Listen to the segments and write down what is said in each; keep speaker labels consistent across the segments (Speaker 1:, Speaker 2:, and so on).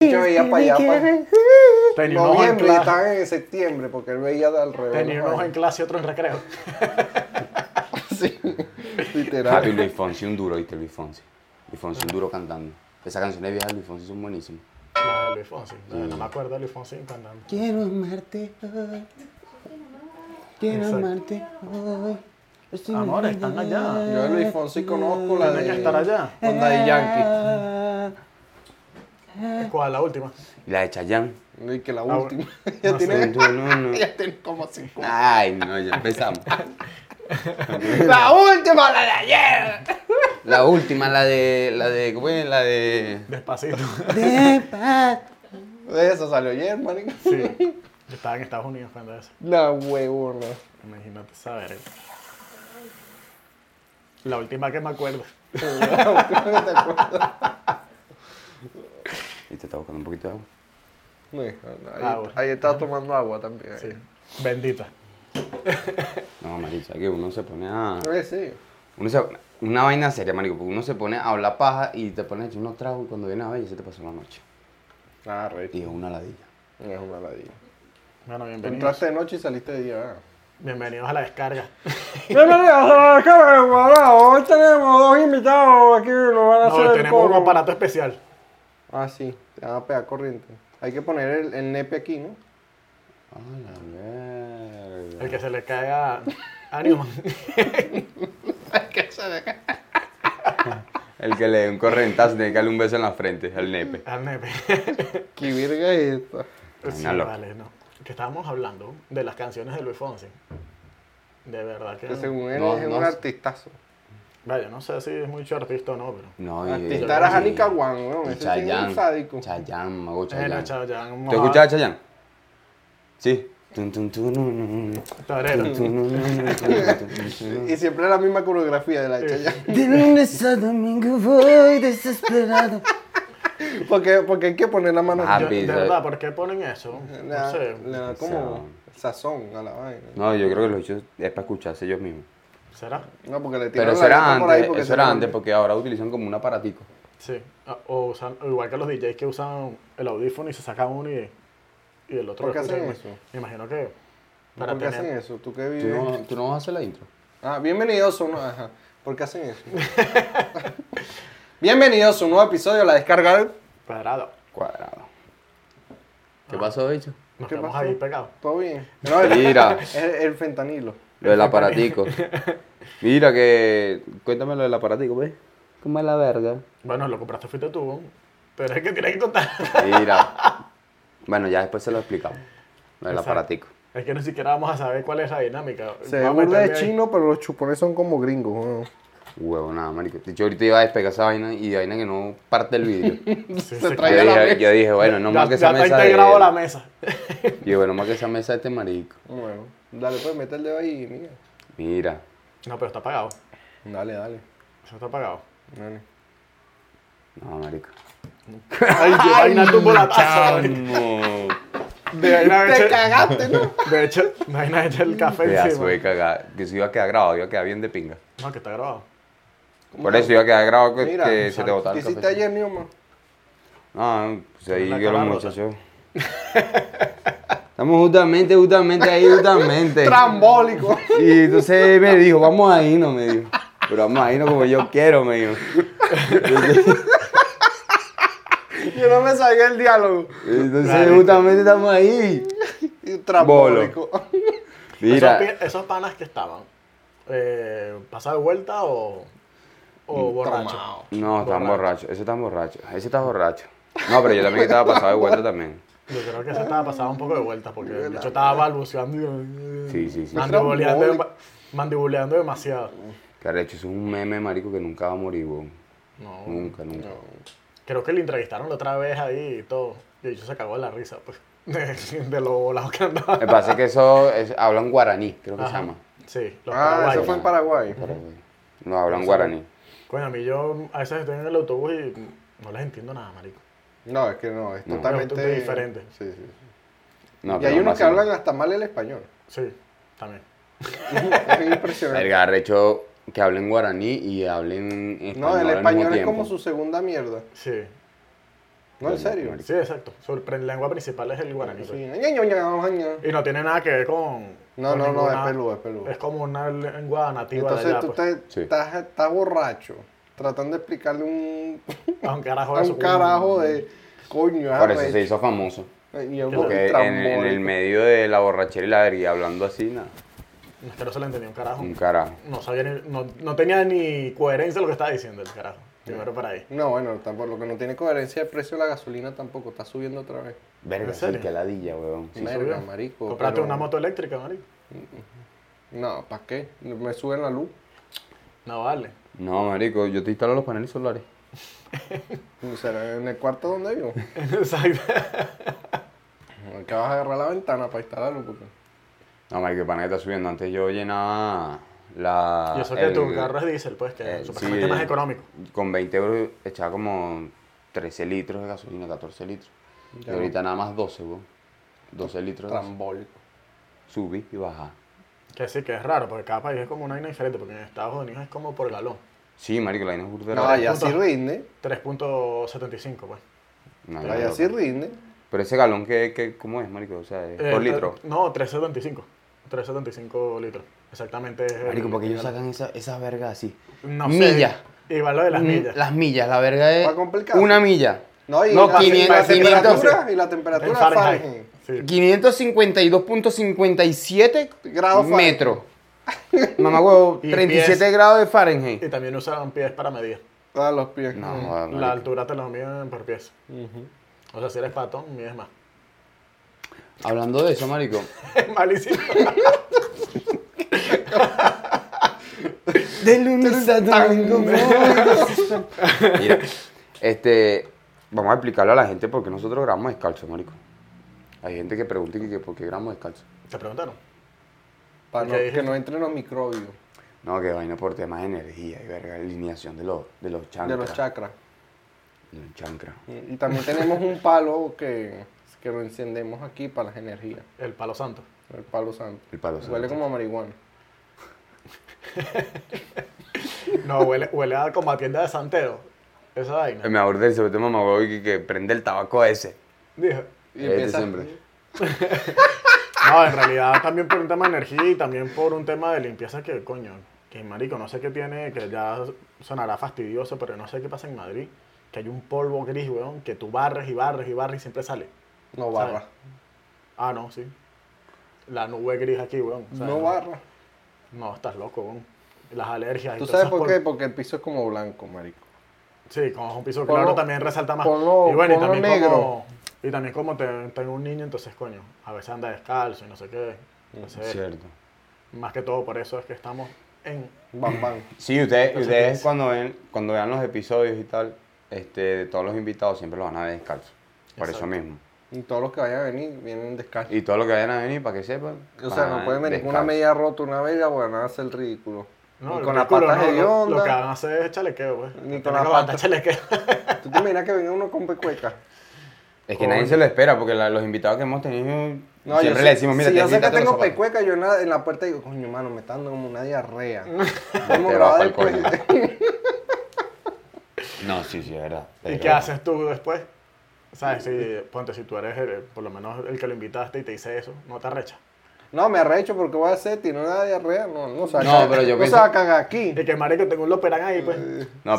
Speaker 1: yo veía para allá. Para
Speaker 2: Tenía un ojo en
Speaker 1: noviembre y
Speaker 2: clase.
Speaker 1: estaban en septiembre porque él veía de alrededor.
Speaker 2: Tenía un ojo en clase y otro en recreo.
Speaker 1: Sí,
Speaker 3: Papi,
Speaker 1: literal.
Speaker 3: Luis Fonsi un duro, ¿viste? Luis Fonsi. Luis Fonsi un duro cantando. Esas canciones viejas de Luis Fonsi son buenísimas.
Speaker 2: La de Luis Fonsi. la de- No me acuerdo de Luis Fonsi cantando.
Speaker 3: Quiero amarte hoy. Quiero
Speaker 2: Exacto.
Speaker 3: amarte hoy. Estoy
Speaker 2: Amor, están allá.
Speaker 1: Yo de Luis Fonsi conozco la
Speaker 2: Tienen que estar
Speaker 1: de
Speaker 2: allá.
Speaker 1: Onda de Yankee.
Speaker 2: ¿Cuál? La última.
Speaker 3: Y la de Chayanne.
Speaker 1: Y que la
Speaker 2: Ah,
Speaker 1: última.
Speaker 2: no
Speaker 1: Ya
Speaker 2: sé.
Speaker 1: tiene,
Speaker 3: No, no, no.
Speaker 1: ya tiene como cinco.
Speaker 3: Ay, no, ya empezamos.
Speaker 1: ¡La última, la de ayer!
Speaker 3: La última, la de. La de. ¿Cómo es? La de.
Speaker 2: Despacito.
Speaker 1: De eso salió ayer, marica.
Speaker 2: Sí. Yo estaba en Estados Unidos cuando eso.
Speaker 1: La huevona.
Speaker 2: Imagínate saber. La última que me acuerdo. Ah,
Speaker 1: ¿Te acuerdas?
Speaker 3: Y te está buscando un poquito de agua.
Speaker 1: No, ahí,
Speaker 2: Agua.
Speaker 1: ahí estaba tomando agua también.
Speaker 2: Ah. Sí. Bendita.
Speaker 3: No, marico, que uno se pone a.
Speaker 1: Eh, sí.
Speaker 3: Uno se, una vaina seria, marico, porque uno se pone a hablar paja y te pone a echar unos tragos y cuando viene a ver ya se te pasó la noche.
Speaker 1: Ah, re.
Speaker 3: Y es una ladilla.
Speaker 1: Es una ladilla.
Speaker 2: Bueno, bienvenidos.
Speaker 1: Entraste de noche y saliste de día. ¿verdad?
Speaker 2: Bienvenidos a la descarga.
Speaker 1: Bienvenidos a Cuadrado. Hoy tenemos dos invitados aquí que nos van a
Speaker 2: No,
Speaker 1: hacer el
Speaker 2: tenemos un
Speaker 1: coro.
Speaker 2: aparato especial.
Speaker 1: Ah, sí. Te van a pegar corriente. Hay que poner el, el nepe aquí, ¿no?
Speaker 3: A Ah, la verga.
Speaker 2: El que se le cae a, a Newman.
Speaker 3: El que le dé un correntazo tiene que darle un beso en la frente, al nepe.
Speaker 2: Al nepe.
Speaker 1: ¿Qué verga es esta?
Speaker 2: Sí,
Speaker 3: Una loca.
Speaker 2: vale, no. Que estábamos hablando de las canciones de Luis Fonsi. De verdad que.
Speaker 1: Que según él
Speaker 3: No,
Speaker 1: es
Speaker 3: no
Speaker 1: un
Speaker 3: sé.
Speaker 1: artistazo.
Speaker 2: Vaya, no sé si es mucho artista o no, pero.
Speaker 3: No, y.
Speaker 1: Artista era
Speaker 3: y-
Speaker 1: Janica Wan, weón.
Speaker 3: Y
Speaker 1: Ese sí es
Speaker 3: Chayanne.
Speaker 1: un sádico.
Speaker 3: Chayanne, mago
Speaker 2: Bueno,
Speaker 3: Chayanne.
Speaker 2: chao, ya. vamos
Speaker 3: ¿Te
Speaker 2: a-
Speaker 3: escuchas Chayanne? Sí. Tun, tun, tun, tun, tun,
Speaker 2: Torero.
Speaker 3: tun, tun, tun, tun, tun, tun.
Speaker 1: Y siempre la misma coreografía de la Chayanne.
Speaker 3: De lunes a domingo voy desesperado.
Speaker 1: Porque, porque hay que poner la mano.
Speaker 3: Ah,
Speaker 2: Yo- de
Speaker 3: Pizza.
Speaker 2: verdad, ¿por qué ponen eso?
Speaker 1: Le
Speaker 2: No
Speaker 1: da-
Speaker 2: sé.
Speaker 1: le da como sazón a la vaina.
Speaker 3: No, yo creo que lo hecho es para escucharse ellos mismos.
Speaker 2: ¿Será?
Speaker 1: No, porque le tiran
Speaker 3: Pero
Speaker 1: la
Speaker 3: eso era
Speaker 1: letra por ahí
Speaker 3: antes,
Speaker 1: porque
Speaker 3: eso
Speaker 1: se
Speaker 3: era
Speaker 1: rompe.
Speaker 3: antes, porque ahora utilizan como un aparatico.
Speaker 2: Sí. Ah, O usan, o igual que los DJs que usan el audífono y se sacan uno y, y el otro.
Speaker 1: ¿Por qué
Speaker 2: lo escucha.
Speaker 1: hacen eso?
Speaker 2: Me imagino que. Para
Speaker 1: ¿Por qué hacen
Speaker 2: tener.
Speaker 1: eso? ¿Tú qué
Speaker 3: ¿Tú
Speaker 1: vives?
Speaker 3: no, tú no vas a hacer la intro?
Speaker 1: Ah, bienvenidos a un... Ajá. ¿Por qué hacen eso? bienvenidos a un nuevo episodio de La Descarga.
Speaker 2: Cuadrado.
Speaker 3: Cuadrado.
Speaker 2: Ah.
Speaker 3: ¿Qué pasó, bicho?
Speaker 2: Nos
Speaker 1: ¿Qué
Speaker 2: quedamos
Speaker 1: pasó?
Speaker 2: ahí pegados.
Speaker 1: ¿Todo bien? No, el,
Speaker 3: Mira,
Speaker 1: el, el fentanilo.
Speaker 3: lo del aparatico. Mira que... Cuéntame lo del aparatico, pues. ¿ves? ¿Cómo es la verga?
Speaker 2: Bueno, lo compraste fuiste tú, pero es que tienes que contar.
Speaker 3: Mira. Bueno, ya después se lo explicamos. Lo del
Speaker 2: Exacto.
Speaker 3: aparatico.
Speaker 2: Es que ni siquiera vamos a saber cuál es la dinámica.
Speaker 1: Se
Speaker 2: Vamos a
Speaker 1: burla de
Speaker 2: meterle ahí.
Speaker 1: chino, pero los chupones son como gringos. weón.
Speaker 3: Huevo, nada, marico. De hecho, ahorita iba a despegar esa vaina y vaina que no parte el vidrio.
Speaker 2: Sí,
Speaker 1: Se
Speaker 2: sí.
Speaker 1: trae- Traiga
Speaker 3: yo,
Speaker 1: la
Speaker 3: dije,
Speaker 1: mesa.
Speaker 3: yo dije, bueno, no más
Speaker 2: Ya,
Speaker 3: que
Speaker 2: ya
Speaker 3: esa
Speaker 2: está
Speaker 3: mesa. de-
Speaker 2: integrado la mesa.
Speaker 3: Yo, bueno, más que esa mesa de este marico.
Speaker 1: Bueno, dale, pues, mete el dedo ahí, mira.
Speaker 3: Mira.
Speaker 2: No, pero está apagado.
Speaker 1: Dale, dale.
Speaker 2: Eso está apagado.
Speaker 1: dale.
Speaker 3: No, marico.
Speaker 2: Ay, qué vaina tu bolatazo.
Speaker 3: Chamo.
Speaker 2: De vaina de
Speaker 1: Te
Speaker 2: hecho-
Speaker 1: cagaste, ¿no?
Speaker 2: de hecho, vaina de hecho el café
Speaker 3: Pedazo
Speaker 2: encima.
Speaker 3: de cagada. Que eso iba a quedar grabado, iba a quedar bien de pinga.
Speaker 2: No, que está grabado.
Speaker 3: Por eso iba a quedar grabado que,
Speaker 1: Mira,
Speaker 3: que se te
Speaker 2: exacto.
Speaker 3: botaba
Speaker 1: ¿Qué
Speaker 3: el
Speaker 1: hiciste
Speaker 3: café.
Speaker 1: ayer, Newman?
Speaker 3: No, pues ahí
Speaker 2: La
Speaker 3: yo los
Speaker 2: cara rota.
Speaker 3: muchachos. Estamos justamente, justamente ahí, justamente.
Speaker 1: Trambólico.
Speaker 3: Y entonces me dijo, vamos a irnos, me dijo. Pero vamos a irnos como yo quiero, me dijo.
Speaker 1: Yo no me sabía el diálogo.
Speaker 3: Entonces
Speaker 2: Claro.
Speaker 3: justamente estamos ahí.
Speaker 1: Y Trambólico.
Speaker 3: Mira,
Speaker 2: Esos, pi- esos panas que estaban, eh, ¿pasado de vuelta o, o borracho?
Speaker 3: no, están borrachos. Ese está borracho. Ese está borracho. No, pero yo también estaba pasado de vuelta también.
Speaker 2: Yo creo que se estaba pasado un poco de vuelta porque de hecho estaba balbuceando y
Speaker 3: Sí, sí, sí.
Speaker 2: mandibuleando,
Speaker 1: Trambólico.
Speaker 2: dema- mandibuleando demasiado.
Speaker 3: Claro, de hecho, eso es un meme, marico, que nunca va a morir, weón.
Speaker 2: No,
Speaker 3: Nunca, nunca.
Speaker 2: creo que le entrevistaron la otra vez ahí y todo. Y ellos se cagó de la risa, pues, de, de lo volado que andaba.
Speaker 3: Me parece que eso es- hablan guaraní, creo que Eh, se
Speaker 2: Ajá.
Speaker 3: llama.
Speaker 2: Sí, los
Speaker 1: Ah, eso
Speaker 2: paraguayos.
Speaker 1: fue en Paraguay.
Speaker 3: No, hablan guaraní.
Speaker 2: Coño, a mí yo a veces estoy en el autobús y no les entiendo nada, marico.
Speaker 1: No, es que no, es
Speaker 3: No.
Speaker 1: totalmente
Speaker 2: Es diferente.
Speaker 1: Sí, sí.
Speaker 3: No,
Speaker 1: y hay
Speaker 3: pero
Speaker 1: unos que
Speaker 3: vacilo.
Speaker 1: hablan hasta mal el español.
Speaker 2: Sí, también.
Speaker 1: es impresionante.
Speaker 3: Verga, arrecho que hablen guaraní y hablen español.
Speaker 1: No, el
Speaker 3: al mismo
Speaker 1: español es
Speaker 3: tiempo.
Speaker 1: como su segunda mierda.
Speaker 2: Sí.
Speaker 1: No, en serio.
Speaker 2: Sí, exacto. Su pr- lengua principal es el guaraní. pues.
Speaker 1: No,
Speaker 2: Y no tiene nada que ver con.
Speaker 1: No,
Speaker 2: con
Speaker 1: no, no, es peludo, es peludo.
Speaker 2: Es como una lengua nativa
Speaker 1: Entonces
Speaker 2: de allá.
Speaker 1: tú
Speaker 2: pues.
Speaker 1: estás,
Speaker 3: Sí.
Speaker 1: estás, estás borracho tratando de explicarle un,
Speaker 2: A un carajo
Speaker 1: a
Speaker 2: de
Speaker 1: un
Speaker 2: su-
Speaker 1: carajo de coño.
Speaker 3: Por eso
Speaker 1: arrecho.
Speaker 3: se hizo famoso.
Speaker 1: Y es un
Speaker 3: Porque en, en el
Speaker 1: trambólico.
Speaker 3: medio de la borrachera y la verga, y hablando así, nada.
Speaker 2: Es que no se le entendía un carajo.
Speaker 3: Un carajo.
Speaker 2: No sabía ni, no, no tenía ni coherencia lo que estaba diciendo el carajo. Primero para ahí.
Speaker 1: No, bueno, tampoco, lo que no tiene coherencia el precio de la gasolina tampoco, está subiendo otra vez.
Speaker 3: Verga,
Speaker 2: ¿En
Speaker 3: sí,
Speaker 2: serio?
Speaker 3: que ladilla, weón.
Speaker 1: Sí. Verga,
Speaker 2: subió.
Speaker 1: marico,
Speaker 2: Comprate
Speaker 1: pero-
Speaker 2: una moto eléctrica, marico.
Speaker 1: No, ¿para qué? Me suben la luz.
Speaker 2: No vale.
Speaker 3: No, marico, yo te instalo los paneles solares.
Speaker 1: O sea, en el cuarto donde vivo.
Speaker 2: Exacto.
Speaker 1: Que vas a agarrar la ventana para instalar la luz. porque-
Speaker 3: No, marico, el panel está subiendo. Antes yo llenaba la...
Speaker 2: y eso que
Speaker 3: Ah, el-
Speaker 2: tu carro es diésel, pues, que
Speaker 3: el-
Speaker 2: es supuestamente más
Speaker 3: sí,
Speaker 2: económico.
Speaker 3: Con 20 euros echaba como 13 litros de gasolina, 14 litros. y
Speaker 1: Ya.
Speaker 3: ahorita nada más 12, weón. 12 litros. de gasolina.
Speaker 1: Trambólico.
Speaker 3: Subí y bajaba.
Speaker 2: Que sí, que es raro, porque cada país es como una vaina diferente, porque en Estados Unidos es como por galón.
Speaker 3: Sí, marico, la vaina es burda de
Speaker 1: No,
Speaker 3: rara.
Speaker 1: allá
Speaker 2: punto.
Speaker 1: sí rinde.
Speaker 2: 3.75, pues.
Speaker 3: No, no,
Speaker 1: Allá
Speaker 3: no.
Speaker 1: sí rinde.
Speaker 3: Pero ese galón, que, que, ¿cómo es, marico? O sea, es
Speaker 2: Eh,
Speaker 3: por
Speaker 2: tre-
Speaker 3: litro.
Speaker 2: No, 3.75. 3.75 litros. Exactamente. es el-
Speaker 3: Marico, porque ellos sacan esa- esas vergas así.
Speaker 2: No sé.
Speaker 3: millas.
Speaker 2: Igual lo de las
Speaker 3: Mm,
Speaker 2: millas.
Speaker 3: Las millas, la verga es
Speaker 1: Para complicar.
Speaker 3: una milla.
Speaker 1: No, y la,
Speaker 3: 500,
Speaker 1: la
Speaker 3: 500,
Speaker 1: temperatura y la
Speaker 2: En
Speaker 1: temperatura
Speaker 2: Fahrenheit.
Speaker 1: Fahrenheit.
Speaker 2: Sí.
Speaker 3: 552.57
Speaker 1: Grados Fahrenheit.
Speaker 3: metros. Mamá huevo,
Speaker 2: Y
Speaker 3: 37
Speaker 2: pies.
Speaker 3: grados de
Speaker 2: Y
Speaker 3: Fahrenheit.
Speaker 2: también usaban pies para medir.
Speaker 1: A los pies.
Speaker 3: No, joder,
Speaker 2: La
Speaker 3: Ah, marico.
Speaker 2: altura te la miden por pies.
Speaker 1: Ujú.
Speaker 2: O sea, si eres patón, mides más.
Speaker 3: Hablando de eso, marico.
Speaker 2: Malísimo.
Speaker 3: De lunes a domingo. Mira, este, vamos a explicarle a la gente por qué nosotros grabamos descalzo, marico. Hay gente que pregunta que, que por qué grabamos descalzo.
Speaker 2: ¿Te preguntaron?
Speaker 1: Para no-
Speaker 2: Ok, dije-
Speaker 1: que no entren los microbios
Speaker 3: No, que vaina por temas de energía y verga, alineación de los, de los chancras.
Speaker 1: de los chakras.
Speaker 3: De los chancras.
Speaker 1: Y y también tenemos un palo que, que lo encendemos aquí para las energías.
Speaker 2: El palo santo.
Speaker 1: El palo santo.
Speaker 3: El palo santo.
Speaker 1: Huele como a marihuana.
Speaker 2: No, huele, huele a como a tienda de santero. Esa vaina.
Speaker 3: Me acordé sobre todo mamá huevo que, que prende el tabaco ese.
Speaker 2: Dije.
Speaker 1: Y
Speaker 3: Eh,
Speaker 1: empieza-
Speaker 3: diciembre.
Speaker 2: No, en realidad también por un tema de energía y también por un tema de limpieza que, coño, que marico, no sé qué tiene, que ya sonará fastidioso, pero no sé qué pasa en Madrid, que hay un polvo gris, weón, que tú barres y barres y barres y siempre sale.
Speaker 1: No barra.
Speaker 2: Ah, no, sí. La nube gris aquí, weón. O sea,
Speaker 1: No barra.
Speaker 2: No, estás loco, weón. Las alergias y
Speaker 1: ¿Tú
Speaker 2: todas
Speaker 1: sabes
Speaker 2: esas
Speaker 1: por qué? Porque el piso es como blanco, marico.
Speaker 2: Sí, como es un piso
Speaker 1: Ponlo-
Speaker 2: claro también resalta más.
Speaker 1: ponlo-
Speaker 2: y bueno, y
Speaker 1: ponlo
Speaker 2: también como
Speaker 1: negro.
Speaker 2: y también como te- tengo un niño, entonces coño, a veces anda descalzo y no sé qué. Entonces,
Speaker 3: Mm, Cierto.
Speaker 2: más que todo por eso es que estamos en
Speaker 1: Bam, bam.
Speaker 3: Sí, ustedes,
Speaker 2: Entonces, ¿qué
Speaker 3: ustedes
Speaker 2: es?
Speaker 3: cuando ven, cuando vean los episodios y tal, este, de todos los invitados siempre los van a ver descalzo. Por eso
Speaker 2: Exacto.
Speaker 3: mismo.
Speaker 1: Y todos los que vayan a venir vienen descalzos.
Speaker 3: Y todo lo que vayan a venir, para que sepan.
Speaker 1: O sea,
Speaker 3: Ah,
Speaker 1: no pueden venir con una media rota, una vega, porque van a hacer el ridículo.
Speaker 2: no,
Speaker 1: ni
Speaker 2: el
Speaker 1: con las
Speaker 2: ridículo,
Speaker 1: patas
Speaker 2: no, lo, lo que
Speaker 1: hediondas.
Speaker 2: van a hacer es chalequeo, pues.
Speaker 1: Ni
Speaker 2: Tienen
Speaker 1: con
Speaker 2: que
Speaker 1: las
Speaker 2: aguantar
Speaker 1: patas.
Speaker 2: chalequeo.
Speaker 1: ¿Tú te imaginas que venga uno con pecueca?
Speaker 3: Es que nadie se lo espera, porque la- los invitados que hemos tenido
Speaker 1: No, yo
Speaker 3: siempre
Speaker 1: sí-
Speaker 3: le decimos, mira,
Speaker 1: si yo sé que
Speaker 3: quítate los
Speaker 1: tengo
Speaker 3: zapatos".
Speaker 1: pecueca, yo en la, en la puerta digo, coño, mano, me está dando como una diarrea. Vamos
Speaker 3: Te
Speaker 1: a
Speaker 3: va
Speaker 1: grabar
Speaker 3: pa'l
Speaker 1: después.
Speaker 3: coño. No, sí, sí, es verdad.
Speaker 2: ¿Y
Speaker 3: es
Speaker 2: qué
Speaker 3: verdad.
Speaker 2: haces tú después? ¿Sabes? Si, ponte, si tú eres el- por lo menos el que lo invitaste y te dice eso, no te arrecha.
Speaker 1: No, me arrecho porque voy a hacer, tiene una diarrea, no, no se va a
Speaker 3: No,
Speaker 1: cagar-
Speaker 3: pero yo
Speaker 1: no
Speaker 3: pienso-
Speaker 1: se va a cagar aquí.
Speaker 2: Y que marico, tengo un loperán ahí, pues.
Speaker 3: No,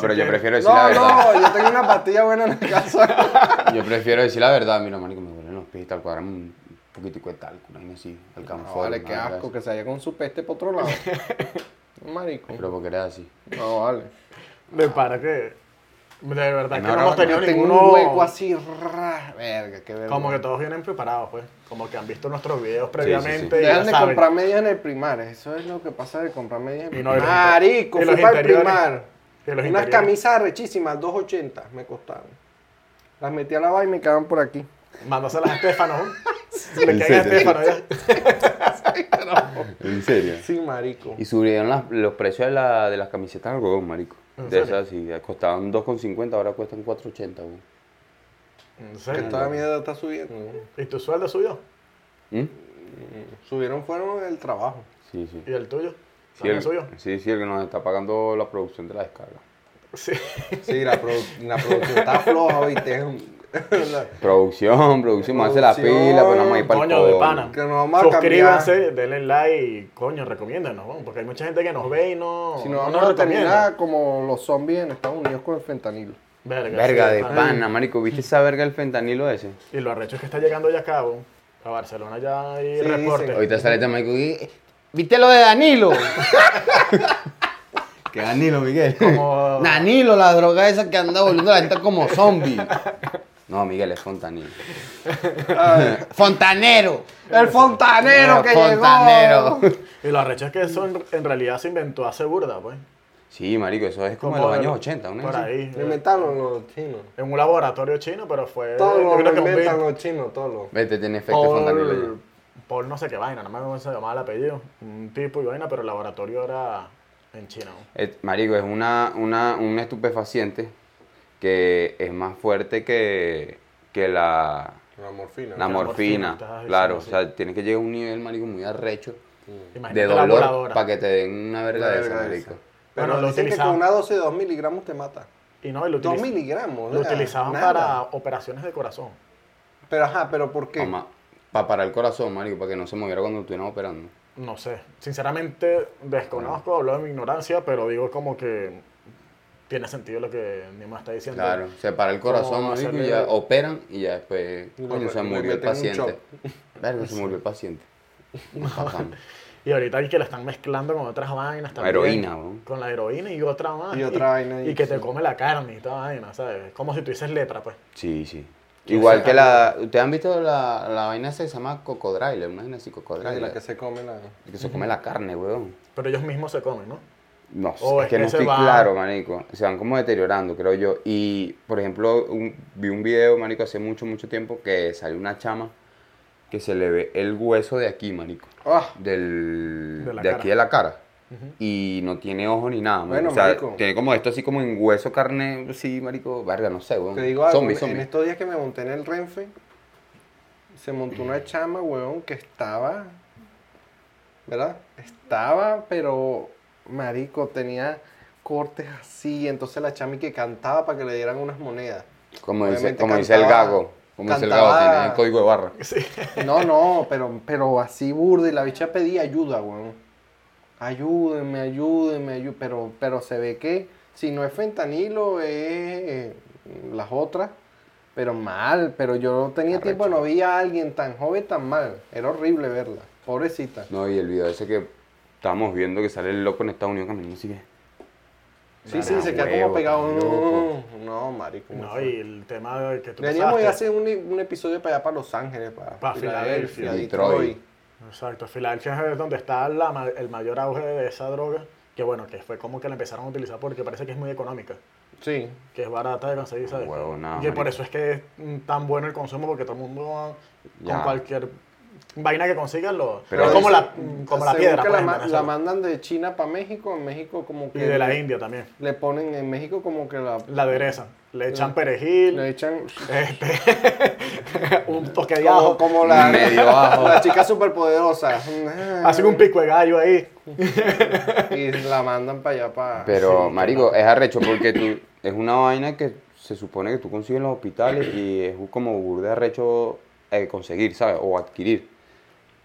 Speaker 2: Si
Speaker 3: pero yo
Speaker 2: quieres-
Speaker 3: prefiero decir la
Speaker 1: No,
Speaker 3: verdad.
Speaker 1: no, yo tengo una pastilla buena en la casa.
Speaker 3: Yo prefiero decir la verdad, mira, marico, me duelen los pies y tal, cuadrame un poquitico de talco, una vaina así, al
Speaker 1: No,
Speaker 3: camfor.
Speaker 1: vale,
Speaker 3: una
Speaker 1: qué
Speaker 3: verga
Speaker 1: asco,
Speaker 3: así.
Speaker 1: que se vaya con su peste por otro lado. Marico.
Speaker 3: Pero porque era así.
Speaker 1: No, vale.
Speaker 2: De para que. De verdad que
Speaker 3: No,
Speaker 2: no,
Speaker 3: no,
Speaker 2: hemos tenido
Speaker 1: Yo tengo
Speaker 2: ninguno.
Speaker 1: un hueco así, ra, verga, qué verga.
Speaker 2: Como que todos vienen preparados, pues. Como que han visto nuestros videos
Speaker 3: sí, sí.
Speaker 2: previamente. y
Speaker 1: Dejan
Speaker 2: ya
Speaker 1: de
Speaker 2: saben.
Speaker 1: comprar medias en el primar, eso es lo que pasa de comprar medias en
Speaker 2: Y
Speaker 1: el
Speaker 2: no
Speaker 1: primar.
Speaker 2: los
Speaker 1: Marico,
Speaker 2: inter-
Speaker 1: fui
Speaker 2: y los
Speaker 1: para el
Speaker 2: interiores.
Speaker 1: primar.
Speaker 2: Y los
Speaker 1: Unas
Speaker 2: interiores.
Speaker 1: camisas rechísimas, 2.80 me costaron. Las metí a lavar y me quedaban por aquí.
Speaker 2: Mándaselas a Estefano. Le
Speaker 3: En
Speaker 2: caen a
Speaker 3: serio.
Speaker 2: Estefano ya.
Speaker 3: ¿En serio?
Speaker 1: Sí, marico.
Speaker 3: Y subieron las- los precios de, la- de las camisetas de algodón, marico.
Speaker 2: ¿En
Speaker 3: De
Speaker 2: serio?
Speaker 3: esas, sí, costaban 2,50, ahora cuestan 4,80, weón.
Speaker 2: ¿En
Speaker 1: Que
Speaker 2: serio?
Speaker 1: toda mierda está subiendo.
Speaker 2: ¿Y tu sueldo subió?
Speaker 3: ¿Mm?
Speaker 1: Subieron fueron el trabajo.
Speaker 3: Sí, sí.
Speaker 2: ¿Y el tuyo?
Speaker 3: Sí
Speaker 2: ¿También
Speaker 3: el,
Speaker 2: subió?
Speaker 3: sí, sí, el que nos está pagando la producción de la descarga.
Speaker 2: Sí.
Speaker 1: Sí, la, produ- la producción está floja, viste.
Speaker 3: Producción, producción, me hace la
Speaker 1: Producción,
Speaker 3: pila, pues vamos a ir para el
Speaker 2: Coño, de
Speaker 3: codo.
Speaker 2: pana.
Speaker 1: Que nos vamos a
Speaker 2: Suscríbanse, denle like y coño, recomiéndanos, vamos, porque hay mucha gente que nos ve y no.
Speaker 4: Si no
Speaker 2: no
Speaker 4: vamos a
Speaker 2: recomienda.
Speaker 4: terminar como los zombies en Estados Unidos con el fentanilo.
Speaker 2: Verga,
Speaker 3: Verga
Speaker 2: sí,
Speaker 3: de pana, marico. ¿Viste esa verga del fentanilo ese?
Speaker 2: Y lo arrecho es que está llegando ya a cabo. A Barcelona ya hay
Speaker 4: Sí,
Speaker 2: reporte.
Speaker 4: sí.
Speaker 3: Ahorita sale este marico y... ¿Viste lo de Danilo? ¿Qué Danilo, Miguel?
Speaker 2: Como-
Speaker 3: Danilo, la droga esa que anda volviendo a la gente como zombie. No, Miguel, es fontanilo. ¡Fontanero!
Speaker 4: El fontanero que
Speaker 3: ¡Fontanero!
Speaker 4: llegó.
Speaker 2: Y lo arrecho es que eso en, en realidad se inventó hace burda, pues.
Speaker 3: Sí, marico, eso es como en los
Speaker 2: Como
Speaker 3: años
Speaker 2: el-
Speaker 3: 80, ¿no?
Speaker 2: Por ahí. eh,
Speaker 1: Lo inventaron los chinos.
Speaker 2: En un laboratorio chino, pero fue.
Speaker 1: Todos
Speaker 2: yo Eh, creo
Speaker 1: lo
Speaker 2: que un
Speaker 1: inventan
Speaker 2: beat.
Speaker 1: los chinos, todos los.
Speaker 3: Vete, tiene efecto fontanilo.
Speaker 2: Paul,
Speaker 3: ya.
Speaker 2: Paul no sé qué vaina, no me acuerdo cómo se llamaba el apellido. Un tipo y vaina, pero el laboratorio era en China. ¿no?
Speaker 3: Et- Eh, marico, es una, una, un estupefaciente que es más fuerte que, que la,
Speaker 1: La morfina.
Speaker 2: morfina,
Speaker 3: la morfina.
Speaker 2: estás diciendo
Speaker 3: Claro, o
Speaker 2: así.
Speaker 3: sea, tienes que llegar a un nivel, marico, muy arrecho
Speaker 2: Imagínate
Speaker 3: de
Speaker 2: la
Speaker 3: dolor
Speaker 2: voladora.
Speaker 3: para que te den una verga
Speaker 1: Una
Speaker 3: de esa,
Speaker 1: verga de
Speaker 3: marico.
Speaker 1: esa.
Speaker 2: Bueno,
Speaker 1: Pero
Speaker 2: lo
Speaker 1: dicen que
Speaker 2: utilizaban.
Speaker 1: con una dosis de 2 miligramos te mata.
Speaker 2: Y no, y lo,
Speaker 1: 2
Speaker 2: utiliz-
Speaker 1: miligramos.
Speaker 2: lo
Speaker 1: o sea,
Speaker 2: utilizaban
Speaker 1: nada.
Speaker 2: para operaciones de corazón.
Speaker 1: Pero ajá, pero ¿por qué?
Speaker 3: Para parar el corazón, marico, para que no se moviera cuando estuvieran operando.
Speaker 2: No sé. Sinceramente, desconozco, hablo de mi ignorancia, pero digo como que tiene sentido lo que Nima está diciendo.
Speaker 3: Claro, se para el corazón,
Speaker 2: Como
Speaker 3: marico, y
Speaker 2: hacerle-
Speaker 3: ya operan y ya después,
Speaker 1: Y le
Speaker 3: coño, se
Speaker 1: meten- le
Speaker 3: murió el
Speaker 1: meten un
Speaker 3: paciente. Verga, se murió el paciente. Bacán.
Speaker 2: Y ahorita hay que la están mezclando con otras vainas también.
Speaker 3: Heroína, weón.
Speaker 2: Con la heroína y otra más.
Speaker 1: Y otra vaina
Speaker 2: Y,
Speaker 1: y-
Speaker 2: que te come la carne y toda vaina, ¿sabes? Como si tú dices letra, pues.
Speaker 3: Sí, sí. Igual que la. ¿Ustedes han visto la, la vaina esa que se llama cocodrilo? Una vaina así, cocodrilo.
Speaker 1: La que se come la.
Speaker 3: que se come la carne, weón.
Speaker 2: Pero ellos mismos se comen, ¿no?
Speaker 3: No,
Speaker 2: Oh,
Speaker 3: es
Speaker 2: es
Speaker 3: que
Speaker 2: que
Speaker 3: no
Speaker 2: se
Speaker 3: estoy
Speaker 2: van.
Speaker 3: claro, marico. Se van como deteriorando, creo yo. Y, por ejemplo, un- vi un video, marico, hace mucho, mucho tiempo que salió una chama que se le ve el hueso de aquí, marico.
Speaker 1: Ah,
Speaker 3: Del, de
Speaker 2: De la
Speaker 3: aquí
Speaker 2: cara.
Speaker 3: de la cara. Y no tiene ojo ni nada, marico.
Speaker 1: Bueno,
Speaker 3: o sea,
Speaker 1: marico.
Speaker 3: tiene como esto así como en hueso, carne, sí, marico. Verga, no sé, weón.
Speaker 1: Te digo algo,
Speaker 3: zombie,
Speaker 1: en- este-
Speaker 3: zombie.
Speaker 1: en estos días que me monté en el Renfe, se montó una chama, weón, que estaba, ¿verdad? Estaba, pero, marico, tenía cortes así, entonces la chama y que cantaba para que le dieran unas monedas.
Speaker 3: Como dice,
Speaker 1: Obviamente
Speaker 3: como dice el
Speaker 1: cantaba-
Speaker 3: gago. Como dice el gago,
Speaker 1: cantaba-
Speaker 3: tiene el código de barra.
Speaker 1: No, no, pero, pero así burda, y la bicha pedía ayuda, weón. Ayúdenme, ayúdenme, ayú- pero, pero se ve que si no es fentanilo, es eh, las otras, pero mal, pero yo tenía
Speaker 3: Arrecho.
Speaker 1: tiempo, no vi a alguien tan joven, tan mal, era horrible verla, pobrecita.
Speaker 3: No, y el video ese que estábamos viendo que sale el loco en Estados Unidos caminando así que.
Speaker 1: Sí,
Speaker 3: Nah,
Speaker 1: sí, se queda
Speaker 3: huevo,
Speaker 1: como pegado,
Speaker 3: tan loco.
Speaker 1: no, no, marico. muy
Speaker 2: No,
Speaker 1: fuerte.
Speaker 2: y el tema de que tú
Speaker 1: Deberíamos ir a
Speaker 2: pasaste.
Speaker 1: hacer un, un episodio para allá, para Los Ángeles, para,
Speaker 2: Para Filadelfia,
Speaker 3: Detroit.
Speaker 2: Exacto, Filadelfia es donde está la ma- el mayor auge de esa droga. Que bueno, que fue como que la empezaron a utilizar porque parece que es muy económica.
Speaker 1: Sí,
Speaker 2: Que es barata de conseguir, ¿sabes?
Speaker 3: Huevo, nada,
Speaker 2: y que por
Speaker 3: marico.
Speaker 2: eso es que es mm, tan bueno el consumo porque todo el mundo ah,
Speaker 3: Ya.
Speaker 2: con cualquier vaina que consigan lo...
Speaker 3: Pero
Speaker 2: es como
Speaker 3: dice-
Speaker 2: la, mm, como la
Speaker 1: según
Speaker 2: piedra,
Speaker 1: que la,
Speaker 2: por ejemplo,
Speaker 1: ma-
Speaker 2: en
Speaker 1: la
Speaker 2: esa-
Speaker 1: mandan de China para México, en México como
Speaker 2: Y
Speaker 1: que...
Speaker 2: de la India también.
Speaker 1: Le ponen en México como que la,
Speaker 2: La aderezan. Le echan perejil,
Speaker 1: le echan
Speaker 2: un toque de
Speaker 1: como,
Speaker 2: ajo.
Speaker 1: como la,
Speaker 3: Medio ajo.
Speaker 1: la chica superpoderosa.
Speaker 2: Hacen un pico de gallo ahí.
Speaker 1: Y la mandan para allá para.
Speaker 3: Pero, marico, es arrecho porque tú, es una vaina que se supone que tú consigues en los hospitales y es como burda de arrecho eh, conseguir, ¿sabes? O adquirir.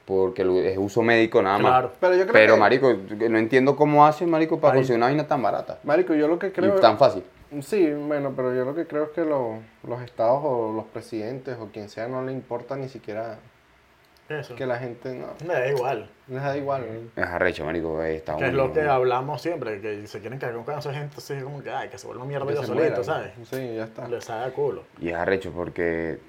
Speaker 3: Porque lo- es uso médico nada más.
Speaker 2: Claro.
Speaker 1: Pero yo creo
Speaker 3: Pero,
Speaker 1: que-
Speaker 3: marico, no entiendo cómo hacen, marico, para
Speaker 2: Ahí.
Speaker 3: conseguir una vaina tan barata.
Speaker 1: Marico, yo lo que creo.
Speaker 3: Y tan fácil.
Speaker 1: Sí, bueno, pero yo lo que creo es que lo- los estados o los presidentes o quien sea no le importa ni siquiera
Speaker 2: Eso.
Speaker 1: que la gente no.
Speaker 2: Me da igual.
Speaker 1: Les da igual.
Speaker 3: Es arrecho, marico, eh, está
Speaker 2: Que es
Speaker 3: bueno,
Speaker 2: lo que
Speaker 3: ¿no?
Speaker 2: hablamos siempre, que se quieren cargar con esa gente, así como que, ay, que se vuelva mierda
Speaker 1: Que
Speaker 2: yo
Speaker 1: se mueran.
Speaker 2: solito, ¿sabes?
Speaker 1: Sí, ya está.
Speaker 2: Les da culo.
Speaker 3: Y es arrecho porque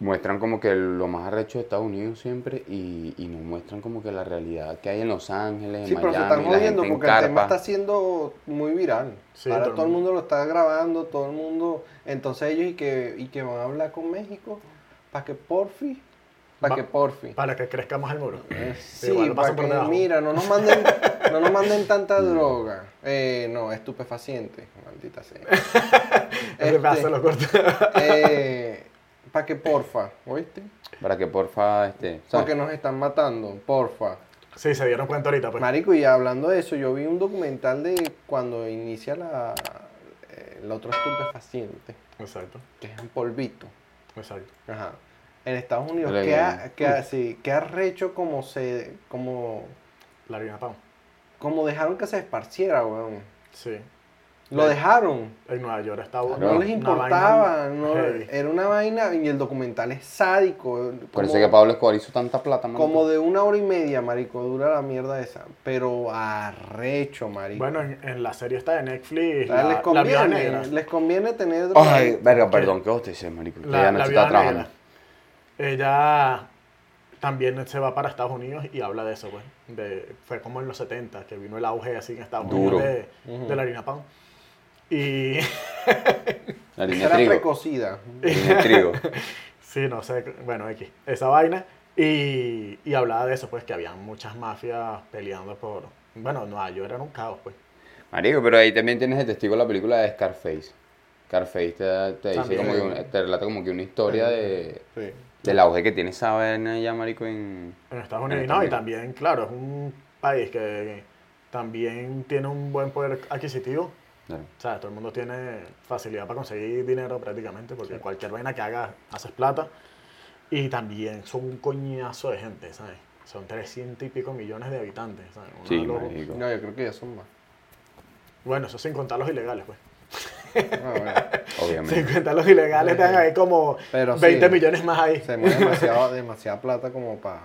Speaker 3: muestran como que lo más arrecho de Estados Unidos siempre y, y nos muestran como que la realidad que hay en Los Ángeles, en
Speaker 1: Sí, pero se
Speaker 3: Miami,
Speaker 1: están
Speaker 3: la
Speaker 1: jodiendo
Speaker 3: gente en
Speaker 1: porque el tema
Speaker 3: carpa.
Speaker 1: está siendo muy viral.
Speaker 2: Sí,
Speaker 1: Ahora todo, el mundo lo está grabando, todo el mundo. Entonces ellos y que, y que van a hablar con México para que porfi, para
Speaker 2: Va-
Speaker 1: que porfi. Eh,
Speaker 2: Para que crezca más el muro.
Speaker 1: Sí,
Speaker 2: igual lo
Speaker 1: pa'
Speaker 2: pasan por
Speaker 1: que,
Speaker 2: debajo.
Speaker 1: mira, no nos manden, no nos manden tanta droga.
Speaker 3: Mm.
Speaker 1: Eh, no, estupefaciente, maldita sea.
Speaker 2: Ese
Speaker 1: Este.
Speaker 2: pedazo lo corto.
Speaker 1: para eh, que porfa, ¿oíste?
Speaker 3: Para que porfa, este, ¿sabes?
Speaker 1: Porque nos están matando, porfa.
Speaker 2: Sí, se dieron cuenta ahorita, pues.
Speaker 1: Marico, y hablando de eso, yo vi un documental de cuando inicia la, el otro estupefaciente,
Speaker 2: Exacto.
Speaker 1: que es un polvito.
Speaker 2: Exacto.
Speaker 1: Ajá. En Estados Unidos,
Speaker 3: Dale,
Speaker 1: ¿qué, ha,
Speaker 3: bien.
Speaker 1: qué ha- sí, qué arrecho como se. como.
Speaker 2: La harina pan.
Speaker 1: como dejaron que se esparciera, weón.
Speaker 2: Sí.
Speaker 1: Lo dejaron.
Speaker 2: En Nueva York estaba.
Speaker 1: No
Speaker 3: Claro.
Speaker 1: les
Speaker 2: una
Speaker 1: importaba,
Speaker 2: vaina
Speaker 1: no,
Speaker 2: heavy.
Speaker 1: era una vaina y el documental es sádico.
Speaker 3: Por eso
Speaker 1: como-
Speaker 3: es que Pablo Escobar hizo tanta plata, mano.
Speaker 1: Como de una hora y media, marico, dura la mierda esa. Pero arrecho, marico.
Speaker 2: Bueno, en, en la serie está de Netflix.
Speaker 1: O sea,
Speaker 2: la,
Speaker 1: les
Speaker 2: la Viuda
Speaker 1: conviene,
Speaker 2: negra.
Speaker 1: les conviene tener
Speaker 3: Ay, verga, perdón, ¿qué vos te dices, marico? Que
Speaker 2: La,
Speaker 3: ya no
Speaker 2: la
Speaker 3: está
Speaker 2: viuda
Speaker 3: trabajando.
Speaker 2: negra. Ella también se va para Estados Unidos y habla de eso, pues. De, fue como en los 70, que vino el auge así en Estados
Speaker 3: Duro.
Speaker 2: Unidos de, de la harina pan. Y
Speaker 3: La
Speaker 1: Esa
Speaker 3: línea
Speaker 1: era
Speaker 3: de trigo.
Speaker 1: precocida.
Speaker 3: Línea de trigo.
Speaker 2: sí, no sé, bueno, X, esa vaina. Y, y hablaba de eso, pues, que había muchas mafias peleando por... Bueno, Nueva York era un caos, pues.
Speaker 3: Marico, pero ahí también tienes el testigo de la película de Scarface. Scarface te, da- te dice
Speaker 2: También.
Speaker 3: como que una- te relata como que una historia de,
Speaker 1: Sí.
Speaker 3: del auge que tiene esa vaina ya, marico, en...
Speaker 2: En Estados
Speaker 3: En
Speaker 2: Unidos,
Speaker 3: Estados
Speaker 2: no, y
Speaker 3: Unidos.
Speaker 2: también, claro, es un país que también tiene un buen poder adquisitivo.
Speaker 3: Claro.
Speaker 2: O sea, todo el mundo tiene facilidad para conseguir dinero prácticamente, porque cualquier vaina que hagas, haces plata. Y también son un coñazo de gente, ¿sabes? Son 300 y pico millones de habitantes, ¿sabes? Una
Speaker 3: Sí,
Speaker 2: loco-
Speaker 3: marico.
Speaker 1: No, yo creo que ya son más.
Speaker 2: Bueno, eso sin contar los ilegales, pues.
Speaker 1: Ah, bueno.
Speaker 3: Obviamente.
Speaker 2: Sin contar los ilegales, te ahí como
Speaker 1: Pero
Speaker 2: 20
Speaker 1: sí.
Speaker 2: millones más ahí.
Speaker 1: Se mueve demasiado, demasiada plata como para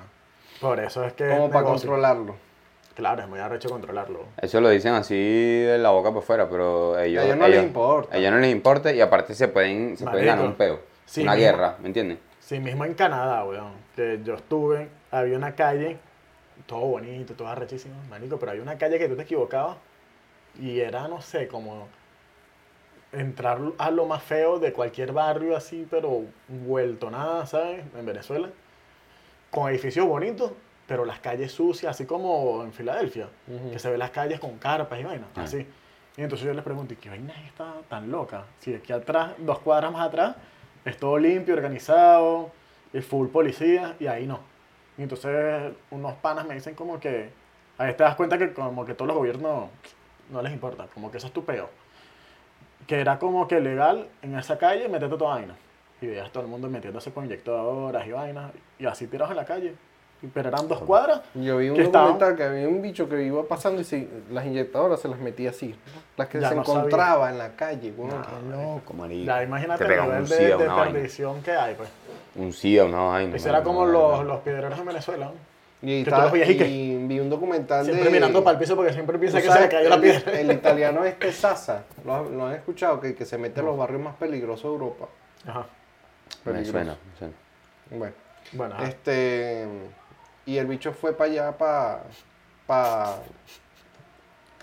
Speaker 2: Por eso es que...
Speaker 1: como
Speaker 2: es
Speaker 1: para
Speaker 2: Eh, negocio.
Speaker 1: controlarlo.
Speaker 2: Claro, es muy arrecho controlarlo.
Speaker 3: Eso lo dicen así de la boca para afuera, pero ellos...
Speaker 1: A ellos no les importa.
Speaker 3: A ellos no les importa y aparte se pueden, se pueden
Speaker 2: Marico.
Speaker 3: ganar un peo.
Speaker 2: Sí,
Speaker 3: una
Speaker 2: mismo.
Speaker 3: guerra, ¿me entiendes?
Speaker 2: Sí, mismo en Canadá, weón. Que yo estuve, había una calle, todo bonito, todo arrechísimo, marico, pero había una calle que tú te equivocabas y era, no sé, como entrar a lo más feo de cualquier barrio así, pero vuelto nada, ¿sabes? En Venezuela. Con edificios bonitos, pero las calles sucias, así como en Filadelfia,
Speaker 1: Ujú.
Speaker 2: que se ven las calles con carpas y vainas,
Speaker 3: Ah.
Speaker 2: así. Y entonces yo les pregunto, ¿y qué vaina es esta tan loca? Si aquí atrás, dos cuadras más atrás, es todo limpio, organizado, y full policía, y ahí no. Y entonces unos panas me dicen como que, ahí te das cuenta que como que todos los gobiernos no les importa, como que eso es tu peo. Que era como que legal en esa calle meterte toda vaina. Y veías todo el mundo metiéndose con inyectadoras y vainas, y así tirados en la calle. Y- Pero eran dos cuadras.
Speaker 1: Yo vi un
Speaker 2: ¿Qué estaban?
Speaker 1: documental que había un bicho que iba pasando y se- las inyectadoras se las metía así. Las que
Speaker 2: Ya
Speaker 1: se
Speaker 2: no sabía.
Speaker 1: encontraba en la calle, güey.
Speaker 3: Loco, marico.
Speaker 2: Ya imagínate
Speaker 3: Te
Speaker 2: el
Speaker 3: pega un
Speaker 2: nivel de,
Speaker 3: SIDA,
Speaker 2: de
Speaker 3: una vaina.
Speaker 2: perdición que hay, pues.
Speaker 3: Un SIDA, una vaina.
Speaker 2: Eso era
Speaker 3: marico,
Speaker 2: como
Speaker 3: una
Speaker 2: los,
Speaker 3: verga.
Speaker 2: los piedreros en Venezuela. ¿no?
Speaker 1: Y,
Speaker 2: Que tú
Speaker 1: estaba-
Speaker 2: los veías y que-
Speaker 1: y vi un documental
Speaker 2: Siempre
Speaker 1: de...
Speaker 2: mirando para el piso porque siempre
Speaker 1: Tú
Speaker 2: piensa que se
Speaker 1: sabes
Speaker 2: le cayó la
Speaker 1: el-
Speaker 2: piedra.
Speaker 1: El, italiano este Sasa, lo, has- lo han escuchado, que, que se mete a los barrios más peligrosos de Europa.
Speaker 2: Ajá.
Speaker 3: Me
Speaker 1: Peligroso.
Speaker 3: suena, me suena.
Speaker 1: Bueno,
Speaker 2: Bueno, ajá.
Speaker 1: este. Y el bicho fue para allá, para. para.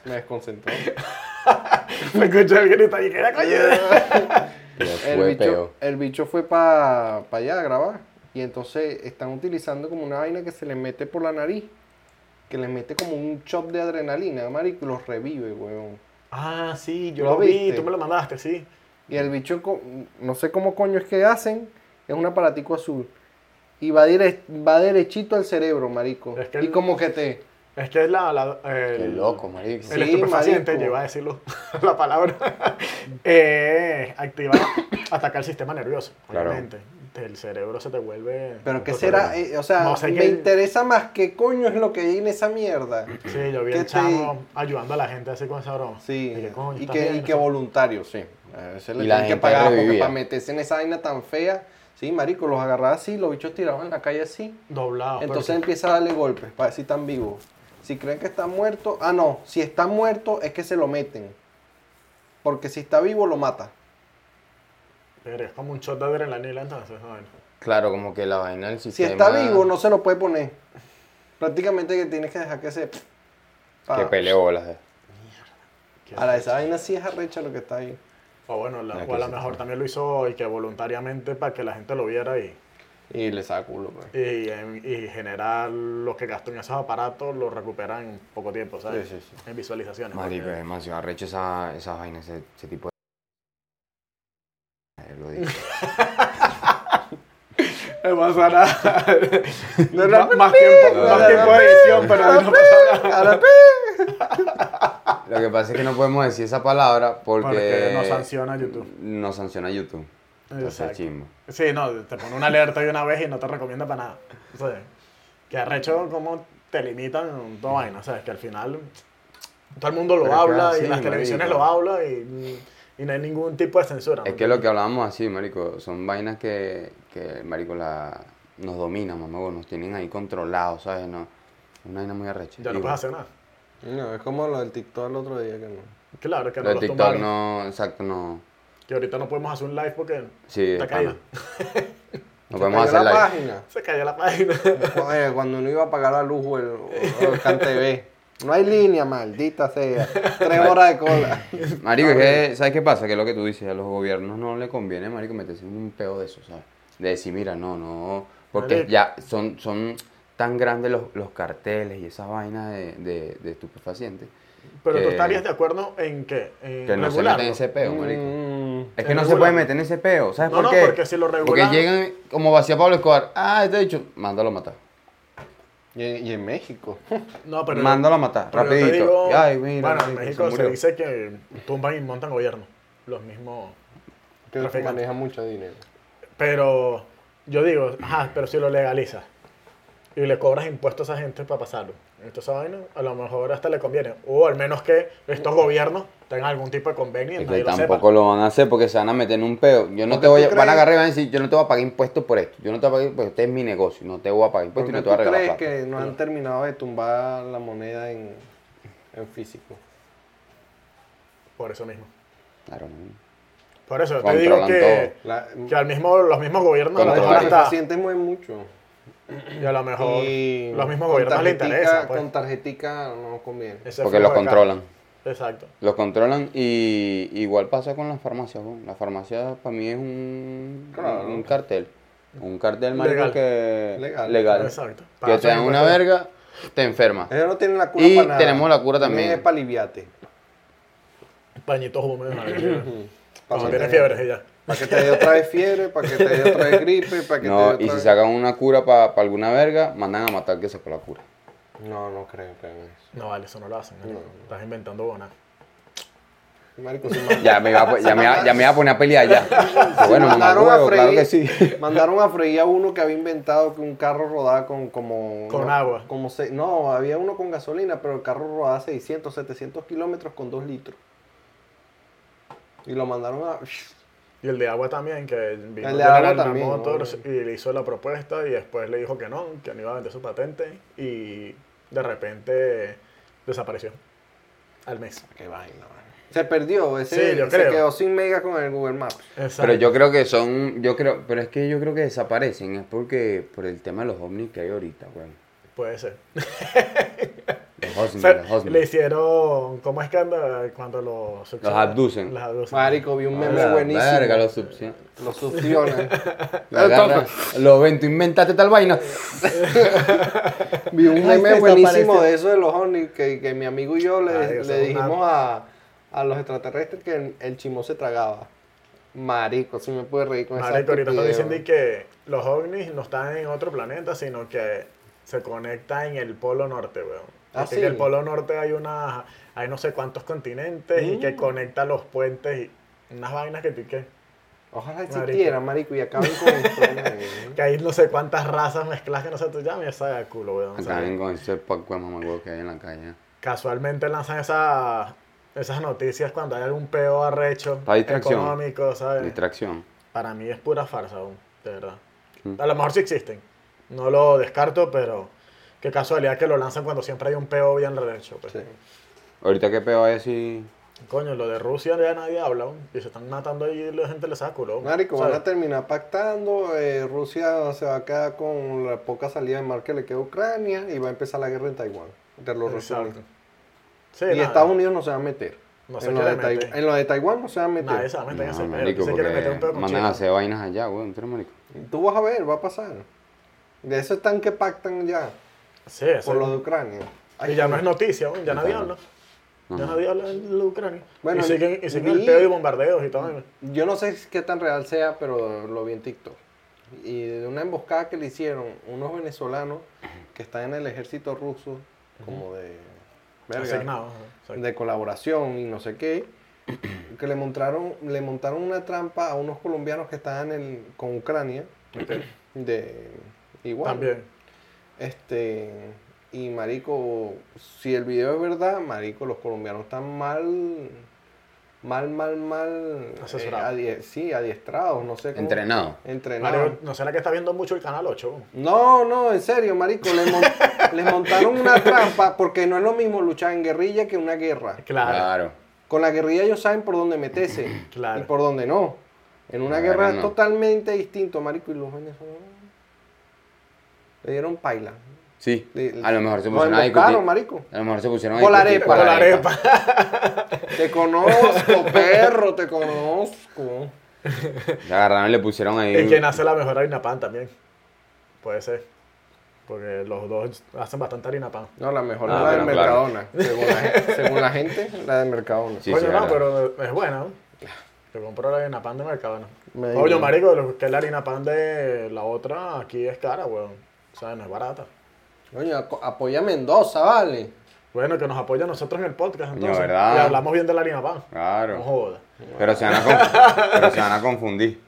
Speaker 1: Me desconcentró. Este
Speaker 2: me escuchó el grito y que era coño.
Speaker 3: Pero
Speaker 1: El
Speaker 3: fue
Speaker 1: bicho,
Speaker 3: peo.
Speaker 1: el bicho fue para allá a grabar. Y entonces están utilizando como una vaina que se les mete por la nariz. Que les mete como un shot de adrenalina, marico, y los revive, weón.
Speaker 2: Ah, sí, yo
Speaker 1: ¿Lo
Speaker 2: lo, vi,
Speaker 1: viste?
Speaker 2: tú me lo mandaste, sí.
Speaker 1: Y el bicho, co- no sé cómo coño es que hacen, es un aparatico azul. Y va, dire- va derechito al cerebro, marico.
Speaker 2: Es que
Speaker 1: y
Speaker 2: el-
Speaker 1: como que te...
Speaker 2: Es que Este es la... la el,
Speaker 3: Qué loco, marico.
Speaker 1: Sí,
Speaker 2: El estupefaciente,
Speaker 1: marico.
Speaker 2: yo iba a decirlo, la palabra, eh, activa, ataca el sistema nervioso,
Speaker 3: Claro.
Speaker 2: obviamente. El cerebro se te vuelve...
Speaker 1: Pero qué
Speaker 2: Total.
Speaker 1: será, Eh, o sea,
Speaker 2: No sé
Speaker 1: me
Speaker 2: qué-
Speaker 1: interesa más qué coño es lo que hay en esa mierda.
Speaker 2: Sí, yo vi
Speaker 1: que
Speaker 2: el
Speaker 1: te-
Speaker 2: chamo ayudando a la gente así con esa broma.
Speaker 1: Sí,
Speaker 2: Dije, coño,
Speaker 1: y
Speaker 2: está
Speaker 1: que,
Speaker 2: bien,
Speaker 1: y
Speaker 2: no
Speaker 1: que
Speaker 2: sé.
Speaker 1: voluntario, sí. A veces le
Speaker 3: Y la
Speaker 1: tienen que
Speaker 3: gente
Speaker 1: pagar porque
Speaker 3: revivía.
Speaker 1: para meterse en esa vaina tan fea, sí, marico, los agarraba así, los bichos tiraban en la calle así.
Speaker 2: Doblado.
Speaker 1: Entonces
Speaker 2: porque-
Speaker 1: empieza a darle golpes para ver si están vivos. Si creen que está muerto, ah no, si está muerto es que se lo meten. Porque si está vivo lo mata.
Speaker 2: Pero es como un shot de adrenalina, entonces, bueno.
Speaker 3: Claro, como que la vaina del
Speaker 1: Si
Speaker 3: sistema.
Speaker 1: está vivo no se lo puede poner. Prácticamente que tienes que dejar que se...
Speaker 3: Que
Speaker 1: Ah,
Speaker 3: peleo bolas. eh.
Speaker 2: Qué
Speaker 1: Ahora esa vaina sí es arrecha lo que está ahí.
Speaker 2: O bueno, la-
Speaker 3: Ah,
Speaker 2: o a
Speaker 3: que
Speaker 2: lo
Speaker 3: sí,
Speaker 2: mejor
Speaker 3: sí.
Speaker 2: también lo hizo y que voluntariamente para que la gente lo viera y,
Speaker 1: Y le saca culo, pues.
Speaker 2: y, y generar lo que gastó en esos aparatos, lo recupera en poco tiempo, ¿sabes?
Speaker 1: Sí, sí, sí.
Speaker 2: En visualizaciones.
Speaker 3: Marico, es
Speaker 2: porque-
Speaker 3: demasiado arrecho esa, esa vaina, ese, ese tipo de. Eh, Lo digo.
Speaker 2: No pasa nada.
Speaker 1: No, no,
Speaker 2: Más- más tiempo,
Speaker 3: no,
Speaker 2: más
Speaker 3: no,
Speaker 2: tiempo
Speaker 3: no.
Speaker 2: de edición, pero no pasa nada.
Speaker 1: Ahora,
Speaker 3: Lo que pasa es que no podemos decir esa palabra porque.
Speaker 2: Porque nos sanciona YouTube.
Speaker 3: Nos sanciona YouTube. Entonces,
Speaker 2: Exacto.
Speaker 3: chismo.
Speaker 2: Sí, no, te pone una alerta de una vez y no te recomienda para nada. O sea, que arrecho como te limitan toda vaina, ¿sabes? Que al final todo el mundo lo
Speaker 3: Pero es que
Speaker 2: habla
Speaker 3: así,
Speaker 2: y las televisiones
Speaker 3: marico.
Speaker 2: lo hablan y, y no hay ningún tipo de censura.
Speaker 3: Es que lo que hablábamos así, marico, son vainas que, que marico, la, nos dominan, mamá, nos tienen ahí controlados, ¿sabes? No, una vaina muy arrecha.
Speaker 2: Ya no
Speaker 3: Digo,
Speaker 2: puedes hacer nada.
Speaker 1: No, es como lo del TikTok el otro día que no.
Speaker 2: Claro, que
Speaker 3: lo
Speaker 2: no
Speaker 3: de
Speaker 2: los
Speaker 3: TikTok
Speaker 2: tumbaron.
Speaker 3: no, exacto, no.
Speaker 2: Que ahorita no podemos hacer un live porque
Speaker 3: Sí,
Speaker 2: está
Speaker 3: de
Speaker 2: caído.
Speaker 3: pana. No podemos hacer
Speaker 1: la
Speaker 3: live.
Speaker 1: página.
Speaker 2: Se cayó la página.
Speaker 1: Joder, cuando uno iba a pagar la luz o el, o el CanTV. No hay línea, maldita sea. Tres horas de cola.
Speaker 3: Marico, es que, ¿sabes qué pasa? Que es lo que tú dices, a los gobiernos no le conviene, marico, meterse en un peo de eso, ¿sabes? De decir, mira, no, no, porque
Speaker 2: Marico.
Speaker 3: ya son, son tan grandes los, los carteles y esas vainas de, de, de estupefacientes
Speaker 2: Pero tú
Speaker 3: Que-
Speaker 2: estarías de acuerdo en que en
Speaker 3: que no se
Speaker 2: regularlo.
Speaker 3: meten en ese peo, marico.
Speaker 1: Mm,
Speaker 3: Es que
Speaker 2: en
Speaker 3: no se puede
Speaker 2: regularlo.
Speaker 3: meter en ese peo, ¿sabes
Speaker 2: No,
Speaker 3: por
Speaker 2: no,
Speaker 3: qué?
Speaker 2: porque si lo regulan-
Speaker 3: Porque llegan como vacía Pablo Escobar, ah, este dicho, mándalo a matar.
Speaker 1: y, y en México.
Speaker 2: No, pero
Speaker 3: Mándalo a matar,
Speaker 2: Pero yo te
Speaker 3: rapidito.
Speaker 2: digo,
Speaker 3: Ay, mira,
Speaker 2: bueno, en
Speaker 3: marico, se
Speaker 2: México se,
Speaker 3: murió.
Speaker 2: dice que tumban y montan gobierno. Los mismos.
Speaker 1: Creo que
Speaker 2: Traficante.
Speaker 1: maneja mucho dinero.
Speaker 2: Pero yo digo, ajá, pero si lo legalizas y le cobras impuestos a esa gente para pasarlo. Entonces, esa vaina a lo mejor hasta le conviene. O al menos que estos gobiernos tengan algún tipo de convenio y
Speaker 3: Es
Speaker 2: nadie
Speaker 3: que
Speaker 2: lo sepa.
Speaker 3: tampoco lo van a hacer porque se van a meter en un peo. Yo no te voy a,
Speaker 1: tú
Speaker 3: van a
Speaker 1: crees-
Speaker 3: agarrar y van a decir, yo no te voy a pagar impuestos por esto. Yo no te voy a pagar impuestos, este es mi negocio, no te voy a pagar
Speaker 1: ¿Por
Speaker 3: impuestos
Speaker 1: qué
Speaker 3: y no te
Speaker 1: tú
Speaker 3: voy a regalar
Speaker 1: crees
Speaker 3: plata.
Speaker 1: que no han terminado de tumbar la moneda en, en físico?
Speaker 2: Por eso mismo.
Speaker 3: Claro, no.
Speaker 2: Por eso yo te
Speaker 3: Controlan
Speaker 2: digo que,
Speaker 1: La,
Speaker 2: que al mismo, los mismos gobiernos a lo
Speaker 1: los
Speaker 2: mejor
Speaker 3: Controlan.
Speaker 2: hasta.
Speaker 1: pacientes mueven mucho.
Speaker 2: Y a lo mejor
Speaker 1: Y
Speaker 2: los mismos
Speaker 1: con
Speaker 2: gobiernos les
Speaker 1: tarjetica-
Speaker 2: interesa. pues.
Speaker 1: Con tarjetica no conviene.
Speaker 2: Ese
Speaker 3: Porque
Speaker 2: flujo de
Speaker 3: los
Speaker 2: caja.
Speaker 3: controlan.
Speaker 2: Exacto.
Speaker 3: Los controlan y igual pasa con las farmacias. weón. La farmacia para mí es un,
Speaker 1: Claro.
Speaker 3: un cartel. Un cartel marico
Speaker 2: Legal.
Speaker 3: que
Speaker 1: Legal.
Speaker 2: Exacto.
Speaker 3: Que
Speaker 2: Pagas
Speaker 3: te dan
Speaker 2: tus
Speaker 3: una
Speaker 2: impuestos.
Speaker 3: verga, te enfermas.
Speaker 1: Ellos no tienen la cura
Speaker 3: Y
Speaker 1: para nada.
Speaker 3: tenemos la cura también.
Speaker 1: Es para aliviarte.
Speaker 2: Pañitos húmedos. marico. Cuando
Speaker 1: Para
Speaker 2: tienes fiebre, y ya.
Speaker 1: que te dé otra vez fiebre, para que te dé otra vez gripe, para que
Speaker 3: No,
Speaker 1: te dé
Speaker 3: y
Speaker 1: otra
Speaker 3: si
Speaker 1: vez-
Speaker 3: sacan una cura para alguna verga, mandan a matar que sacó la cura.
Speaker 1: No, no creo que hagan eso.
Speaker 2: No, vale, eso no lo hacen. marico. Estás inventando bonas.
Speaker 1: Marico, si man-
Speaker 3: Ya me iba, a- ya me iba- ya me iba a poner a pelear ya. Pero bueno, mamá,
Speaker 1: mandaron, a
Speaker 3: huevo,
Speaker 1: freír,
Speaker 3: claro que sí.
Speaker 1: mandaron a freír a uno que había inventado que un carro rodaba con como...
Speaker 2: Con
Speaker 1: no,
Speaker 2: agua.
Speaker 1: Como se, no, había uno con gasolina, pero el carro rodaba 600, 700 kilómetros con 2 litros. Y lo mandaron a...
Speaker 2: Y el de agua también, que vino
Speaker 1: El de agua
Speaker 2: General
Speaker 1: también,
Speaker 2: Motors
Speaker 1: obvio.
Speaker 2: y le hizo la propuesta y después le dijo que no, que no iba a vender su patente y de repente desapareció al mes.
Speaker 1: Qué vaina, man. Se perdió, ese
Speaker 2: Sí, yo
Speaker 1: se
Speaker 2: creo.
Speaker 1: quedó sin mega con el Google Maps.
Speaker 2: Exacto.
Speaker 3: Pero yo creo que son, yo creo, pero es que yo creo que desaparecen, es porque, por el tema de los ovnis que hay ahorita, güey.
Speaker 2: Puede ser.
Speaker 3: Los ovnis, los
Speaker 2: Se-
Speaker 3: ovnis.
Speaker 2: le hicieron, ¿cómo es que anda cuando los succionan?
Speaker 3: abducen.
Speaker 2: Los abducen.
Speaker 1: Marico, vi un meme
Speaker 3: Ah,
Speaker 1: buenísimo.
Speaker 3: Verga, lo subsi-
Speaker 1: Lo succionan.
Speaker 3: lo agarra- Lo ven, tú inventaste tal vaina.
Speaker 1: Vi un
Speaker 3: Ay,
Speaker 1: meme
Speaker 3: se
Speaker 1: buenísimo
Speaker 3: desaparece.
Speaker 1: de eso de los ovnis que, que mi amigo y yo le,
Speaker 2: Ay, eso
Speaker 1: le
Speaker 2: es una-
Speaker 1: dijimos a, a los extraterrestres que el, el chimó se tragaba. Marico, si me puede reír con esa
Speaker 2: Marico, ahorita está
Speaker 1: estupidez,
Speaker 2: diciendo y que los ovnis no están en otro planeta, sino que se conecta en el Polo Norte, weón.
Speaker 1: Ah,
Speaker 2: Así
Speaker 1: sí.
Speaker 2: que el Polo Norte hay una, hay no sé cuántos continentes y
Speaker 1: Mm.
Speaker 2: que conecta los puentes y unas vainas que tú que,
Speaker 1: Ojalá
Speaker 2: Marico.
Speaker 1: existiera, marico, y acaben con esto, ¿no?
Speaker 2: que hay no sé cuántas razas mezcladas que no sé tú llamas, esa de culo, weón. O sea,
Speaker 3: Acaben con ese paco de mamagüeo que hay en la calle.
Speaker 2: casualmente lanzan esas esas noticias cuando hay algún peo arrecho
Speaker 3: Pa' distracción.
Speaker 2: económico, ¿sabes?
Speaker 3: Distracción.
Speaker 2: Para mí es pura farsa aún, de verdad.
Speaker 3: Mm.
Speaker 2: A lo mejor sí existen. No lo descarto, pero qué casualidad que lo lanzan cuando siempre hay un peo bien derecho. pues.
Speaker 1: Sí.
Speaker 3: Ahorita que peo hay así.
Speaker 2: Coño, lo de Rusia ya nadie habla. aún, Y se están matando ahí la gente le saca culo.
Speaker 1: Marico,
Speaker 2: ¿sabes?
Speaker 1: van a terminar pactando. eh, Rusia se va a quedar con la poca salida de mar que le queda a Ucrania y va a empezar la guerra en Taiwán. De los
Speaker 2: Exacto.
Speaker 1: rusos.
Speaker 2: Sí,
Speaker 1: Y
Speaker 2: nada,
Speaker 1: Estados Unidos no se va a meter.
Speaker 2: No se
Speaker 1: en, lo de
Speaker 2: quiere meter.
Speaker 1: Taiwán- en lo de Taiwán no se va a meter.
Speaker 2: Nadie se va a meter en
Speaker 3: No,
Speaker 2: ese peo.
Speaker 3: marico,
Speaker 2: se quiere meter
Speaker 3: porque
Speaker 2: un peo con
Speaker 3: mandan
Speaker 2: China.
Speaker 3: a hacer vainas allá, güey. ¿Tú eres marico?
Speaker 1: Tú vas a ver, va a pasar. De esos están que pactan ya
Speaker 2: Sí, eso.
Speaker 1: por los de Ucrania.
Speaker 2: Y ya no es noticia, aún, ya nadie
Speaker 3: Ajá.
Speaker 2: habla. Ya nadie habla de la Ucrania.
Speaker 1: Bueno,
Speaker 2: y siguen, y siguen el
Speaker 1: vi-
Speaker 2: peo y bombardeos y todo.
Speaker 1: Yo no sé qué tan real sea, pero lo vi en TikTok. Y de una emboscada que le hicieron unos venezolanos que están en el ejército ruso, como de, verga,
Speaker 2: Asignados.
Speaker 1: de colaboración y no sé qué, que le montaron, le montaron una trampa a unos colombianos que estaban en- con Ucrania. De igual.
Speaker 2: También.
Speaker 1: Este. Y marico, si el video es verdad, marico, los colombianos están mal, mal, mal, mal.
Speaker 2: Asesorados.
Speaker 1: eh, adie- sí, adiestrados, no sé cómo.
Speaker 3: Entrenado.
Speaker 1: Entrenados.
Speaker 2: Mario, ¿no será que está viendo mucho el Canal 8?
Speaker 1: No, no, en serio, marico, les, mon- les montaron una trampa porque no es lo mismo luchar en guerrilla que una guerra.
Speaker 2: Claro.
Speaker 3: Claro.
Speaker 1: Con la guerrilla ellos saben por dónde meterse
Speaker 2: Claro.
Speaker 1: y por dónde no. En una
Speaker 3: Claro,
Speaker 1: guerra es
Speaker 3: no.
Speaker 1: totalmente distinto, marico, y los venezolanos le dieron paila.
Speaker 3: Sí.
Speaker 1: Le-
Speaker 3: A lo mejor se
Speaker 1: lo
Speaker 3: pusieron a discutir.
Speaker 1: emboscaron, marico.
Speaker 3: A lo mejor se pusieron a
Speaker 1: Por la
Speaker 3: discutir
Speaker 1: arepa.
Speaker 2: Con la arepa.
Speaker 1: Te conozco, perro, te conozco.
Speaker 3: Se agarraron y le pusieron ahí.
Speaker 2: Y quien hace la mejor harina pan también. Puede ser. Porque los dos hacen bastante harina pan.
Speaker 1: No, la mejor
Speaker 3: Ah,
Speaker 1: es la de
Speaker 3: bueno, claro.
Speaker 1: Mercadona. Según, la, gen- según la gente, la de Mercadona.
Speaker 3: Sí,
Speaker 2: Coño,
Speaker 3: sí,
Speaker 2: no,
Speaker 3: verdad.
Speaker 2: pero es buena. ¿no? Yo compro la harina pan de Mercadona.
Speaker 1: Me-
Speaker 2: Oye, marico, lo que es la harina pan de la otra aquí es cara, weón. O sea, no es barata.
Speaker 1: Coño, aco- apoya a Mendoza, vale.
Speaker 2: Bueno, que nos apoya a nosotros en el podcast, entonces.
Speaker 3: ¿verdad?
Speaker 2: Y hablamos bien de la harina pan. No
Speaker 3: Claro.
Speaker 2: joda.
Speaker 3: Pero se, van a conf- pero se van a confundir.